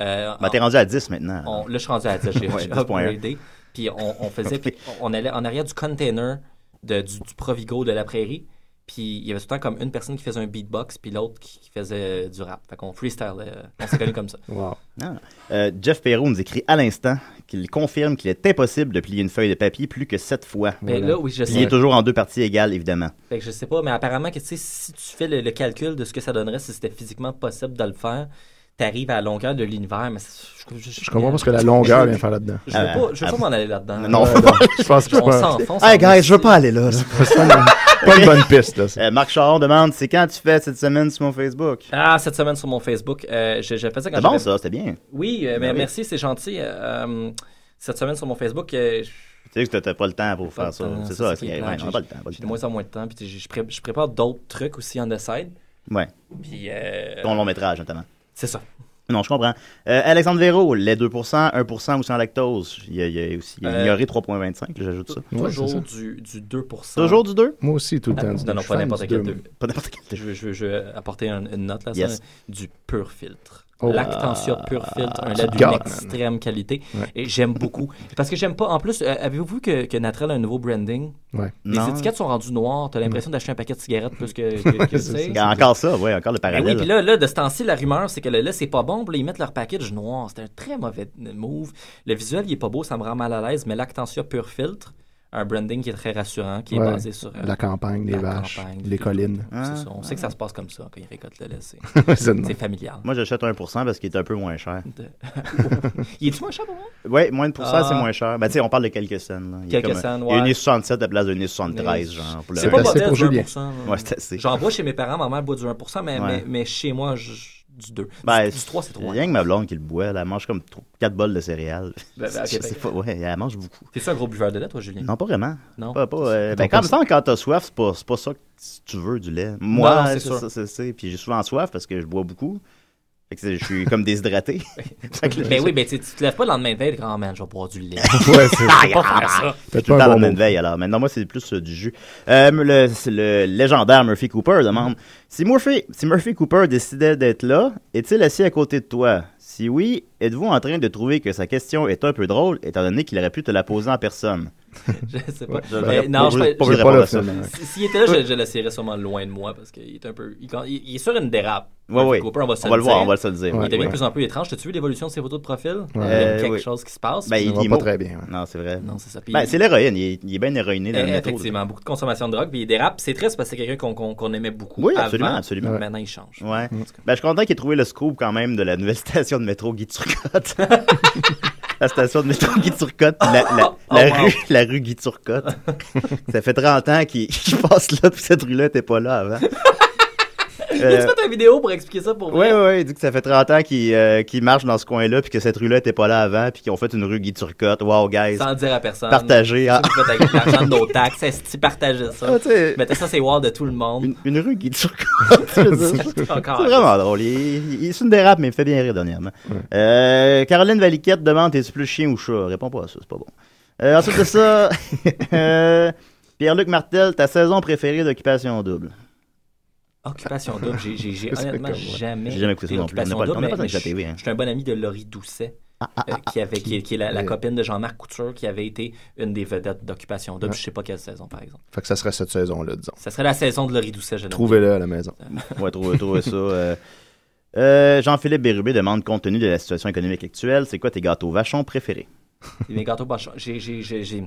euh, Ben, t'es en- rendu à 10 maintenant. on- là, je suis rendu à 10, j'ai *laughs* Ouais, j'ai 10.1. upgradé. Puis on, on faisait, puis on allait en arrière du container de- du, du Provigo de la prairie. Puis il y avait tout le temps comme une personne qui faisait un beatbox, puis l'autre qui, qui faisait euh, du rap. Fait qu'on freestyle, euh, on s'est connus comme *laughs* ça. Ah. Euh, Jeff Perrault nous écrit à l'instant qu'il confirme qu'il est impossible de plier une feuille de papier plus que sept fois. Mais là, oui, je Plié sais. toujours en deux parties égales, évidemment. Fait que je sais pas, mais apparemment que tu sais, si tu fais le, le calcul de ce que ça donnerait si c'était physiquement possible de le faire, t'arrives à la longueur de l'univers. Mais c'est- je, je- Je comprends pas ce que la longueur vient faire là-dedans. Je veux Ah, pas, je veux ah, pas m'en aller là-dedans. Non, Ouais, non, je pense *laughs* que On pas. s'enfonce. Hey on- guys, je veux pas aller là. pas une bonne piste. Là, Euh, Marc Charon demande c'est quand tu fais cette semaine sur mon Facebook Ah, cette semaine sur mon Facebook, euh, je, je faisais quand C'est bon, j'avais- ça, c'était bien. Oui, euh, Ben mais oui. merci, c'est gentil. Euh, euh, cette semaine sur mon Facebook, euh, je- Tu sais que t'as pas le temps pour pas faire le ça. temps, C'est ça, qui est c'est- plate. ouais, on a J'ai- pas le temps. pas le J'ai de temps. moins en moins de temps, puis tu sais, je, je pré- je prépare d'autres trucs aussi on the side. Ouais. Puis, euh, Ton long métrage, notamment. C'est ça. Non, je comprends. Euh, Alexandre Véro, les 2%, 1% ou sans lactose. Il a, il a aussi il a Euh, ignoré 3,25, j'ajoute ça. Toujours du, du 2%. Toujours du 2 Moi aussi, tout le temps, du Ah, Non, deux. non, Je suis pas fan n'importe du quel deux, 2. Pas n'importe quel Je veux, je veux- je veux apporter un- une note là, ça, Yes. du pur filtre. Oh. Lactantia pur filtre, un lait Tu d'une gâtes, man. extrême qualité. Ouais. Et j'aime beaucoup. Parce que j'aime pas. En plus, euh, avez-vous vu que, que Natrel a un nouveau branding Ouais. Les Non. étiquettes sont rendues noires. T'as l'impression d'acheter un paquet de cigarettes plus que. *laughs* que- que tu sais. Il y a Encore ça, ouais, encore le Ben oui, parallèle. puis là, là, de ce temps-ci, la rumeur, c'est que le lait, c'est pas bon. Puis là, ils mettent leur package noir. C'est un très mauvais move. Le visuel, il est pas beau, ça me rend mal à l'aise. Mais Lactantia Pure Filtre, un branding qui est très rassurant, qui Ouais. est basé sur. euh, La campagne, les la vaches, campagne, les tout. collines. C'est Ah. ça. On sait que ça se passe comme ça quand ils récoltent le lait. *laughs* C'est C'est de même. c'est familial. Moi, j'achète 1% parce qu'il est un peu moins cher. Il est-tu moins cher pour moi? Ouais, moins de pourcent, Ah. c'est moins cher. Ben, tu sais, on parle de quelques cents. là. Il est Quelques comme un- cents, Il y a ouais. une 67 à la place d'une 73, genre. pour le- C'est pas mauvais, du 1%. là. *laughs* Ouais, c'est assez. J'en bois chez mes parents, ma mère boit du 1%, mais, Ouais. mais, mais chez moi, je- du 2. Ben, du, 3, c'est 3. Rien que ma blonde qui le boit, là, elle mange comme 4 bols de céréales. Ben, ben, ok, *laughs* Je ben. sais pas, ouais, elle mange beaucoup. T'es-tu un gros buveur de lait, toi, Julien? Non, pas vraiment. Non. Pas, pas, euh, C'est ben, ton quand, perso- même, quand t'as soif, c'est pas, c'est pas ça que tu veux du lait. Moi, Non, non, c'est c'est sûr. ça, c'est- c'est- Puis j'ai souvent soif parce que je bois beaucoup. Fait que c'est- je suis *laughs* comme déshydraté. Fait que là, Ben oui, ben tu tu te lèves pas le lendemain de veille, t'es comme, oh man, je vais boire du *laughs* lait. *laughs* Je Ouais, c'est vais pas Ah, faire ça. *laughs* Peut-être pas pas un bon la mot. veille alors. Maintenant, moi, c'est plus euh, du jus. Euh, le, c'est le légendaire Murphy Cooper demande Mm-hmm. si Murphy, si Murphy Cooper décidait d'être là, est-il assis à côté de toi Si oui, êtes-vous en train de trouver que sa question est un peu drôle, étant donné qu'il aurait pu te la poser en personne Je sais pas. ah. Ouais, Mais j'aurais non, pas je voulu- fais- pas je- voulu pas répondre là, à ça. finalement. Si- S'il était là, je, je l'essayerais sûrement loin de moi parce qu'il est un peu. Il, il- il est sur une dérape. Ouais, ouais. Cooper, on va, se On va le voir, dire. on va se le dire. Il Ouais, devient ouais. de plus en plus étrange. T'as-tu vu l'évolution de ses photos de profil Ouais. Il y a Euh, quelque oui. chose qui se passe. Ben, puis- il va est pas mou. très bien, ouais. Non, c'est vrai. Non, c'est ça. Puis- Ben, c'est l'héroïne. Il est, il est bien héroïné dans Eh, le métro. effectivement, beaucoup de consommation de drogue. Puis il dérape. C'est triste parce que c'est quelqu'un qu'on qu'on- qu'on aimait beaucoup. Oui, avant, absolument, absolument. puis Maintenant, il change. Ouais. Mm. Ben, je suis content qu'il ait trouvé le scoop quand même de la nouvelle *laughs* station de métro Guy Turcotte. *laughs* la station de métro Guy Turcotte, puis la, la- la Oh, wow. rue, la rue Guy *laughs* Turcotte. Ça fait 30 ans qu'il qu'il passe là, puis cette rue-là n'était pas là *laughs* avant. Il Euh, a fait une vidéo pour expliquer ça pour Ouais, vrai? ouais, ouais, il dit que ça fait 30 ans qu'il euh, qu'il marche dans ce coin-là, puis que cette rue-là n'était pas là avant, puis qu'ils ont fait une rue Guy Turcotte. Wow, guys. Sans dire à personne. Partagé. *laughs* ah. Vous faites avec l'argent de nos taxes. Esti, partagez ça. Ah, tu sais- Mettez ça, c'est wow de tout le monde. Une, une rue Guy Turcotte. *laughs* Je veux dire. C'est encore- C'est vraiment drôle. Il, il, il c'est une dérape, mais il me fait bien rire dernièrement. Euh, Caroline Valiquette demande Es-tu plus chien ou chat Réponds pas à ça, c'est pas bon. Euh, ensuite de ça, *laughs* euh, Pierre-Luc Martel, ta saison préférée d'Occupation Double Occupation double, j'ai, j'ai, j'ai *laughs* C'est honnêtement comme moi. jamais. J'ai jamais écouté ça non plus. On n'a Occupation pas le temps, double, on n'a pas le temps mais de la je- TV, hein. Je suis un bon ami de Laurie Doucet, ah, euh, qui, avait, qui, qui est la, la copine de Jean-Marc Couture, qui avait été une des vedettes d'Occupation Double, Ouais. je sais pas quelle saison, par exemple. Fait que ça serait cette saison-là, disons. Ça serait la saison de Laurie Doucet, je Trouvez-le à la maison. Ouais, trouvez, trouvez ça. euh. Euh, Jean-Philippe Bérubé demande, compte tenu de la situation économique actuelle, c'est quoi tes gâteaux vachons préférés? Mes gâteaux bachons. J'ai, j'ai, j'ai, j'ai-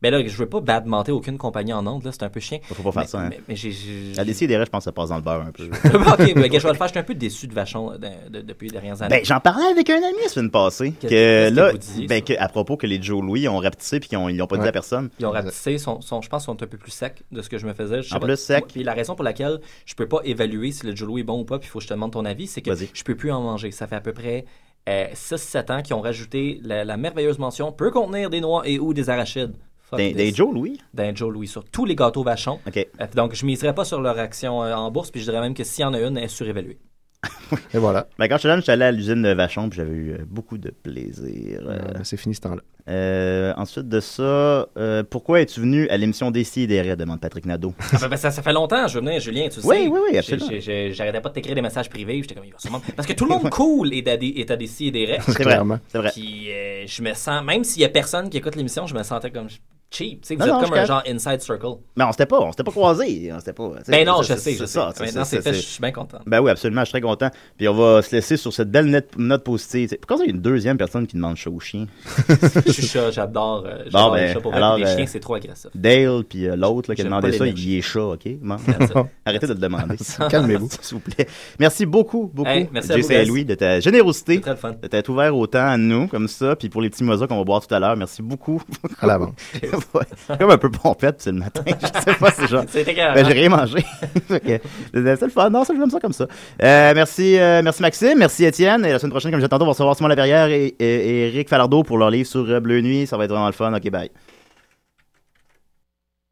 Ben là, je veux pas badmenter aucune compagnie en ondes, là, c'est un peu chiant. Faut pas faire Mais- ça, hein. Mais, mais j'ai, j'ai- La DC je pense, ça passe dans le beurre un *laughs* peu. ok, ben, gars, je vais le faire. Je suis un peu déçu de Vachon euh, de- de- depuis les dernières années. Ben, j'en parlais avec un ami la semaine passée. Que, Qu'est-ce que là, vous disiez, ben, que, à propos que les Joe Louis ont rapetissé puis qu'ils ont- ils l'ont pas dit à personne. Ils ont ratissé, sont, sont- je pense, sont un peu plus secs de ce que je me faisais. Je sais En pas. plus, sec. Moi, Puis la raison pour laquelle je peux pas évaluer si le Jolo est bon ou pas, puis il faut que je te demande ton avis, c'est que je peux plus en manger. Ça fait à peu près 6-7 ans qu'ils ont rajouté la, la merveilleuse mention peut contenir des noix et ou des arachides. Fuck Des- this. Ben, des Joe Louis? D'un Joe Louis sur tous les gâteaux vachons. Euh, donc je miserais pas sur leur action euh, en bourse, puis je dirais même que s'il y en a une, elle est *laughs* surévaluée. Et voilà. Ben, quand je suis là, je suis allé à l'usine de Vachon puis j'avais eu euh, beaucoup de plaisir. Euh, c'est fini ce temps-là. ensuite de ça, euh, pourquoi es-tu venu à l'émission DC et demande Patrick Nadeau. Ah ben, ben, ça, ça fait longtemps, je venais, Julien, tu le Oui, sais. oui, oui, J'ai- absolument. j'ai- j'ai- J'arrêtais pas de t'écrire des messages privés, j'étais comme, il va sûrement... Parce que tout le monde cool est à des, est à des si et des *laughs* rêves. C'est vrai, Clairement. c'est vrai. Puis euh, je me sens, même s'il y a personne qui écoute l'émission, je me sentais comme cheap, tu sais, vous Non, êtes non, comme je un cache. genre inside circle. Mais on s'était pas, on s'était pas croisés. On s'était pas, tu sais, Ben non, c'est- je sais, c'est je ça, sais. tu sais, Maintenant, c'est fait, je suis bien *laughs* content. Ben oui, absolument, je suis très content. Puis on va se laisser sur cette belle net- note positive. Tu sais, Pourquoi ça, il y a une deuxième personne qui demande chaud au chien? je suis chat, j'adore euh, j'adore Bon, les ben, chats. Pour alors, vrai, les euh, chiens, c'est trop agressif. Dale, puis euh, l'autre là, qui a J'aime demandé pas ça, les il est chat, OK? Bon. That's it. *laughs* Arrêtez de le demander. Calmez-vous. *laughs* S'il vous plaît. Merci beaucoup, beaucoup, Hey, merci à Jay vous, guys. Saint-Louis, de ta générosité, très le fun. de t'être ouvert autant à nous, comme ça, puis pour les petits moiseaux qu'on va boire tout à l'heure. Merci beaucoup. À l'avance. *laughs* Ouais. comme un peu pompette, c'est le matin. Je sais pas, c'est genre... C'était carrément. Ben, j'ai rien mangé. *laughs* Fait que, c'est c'est le fun. Non, ça, j'aime ça comme ça. Euh, merci, euh, merci Maxime, merci Étienne. Et la semaine prochaine, comme j'ai tantôt, on va recevoir Simon Laverrière et, et, et Eric Falardeau pour leur livre sur euh, Bleu Nuit. Ça va être vraiment le fun. OK, bye.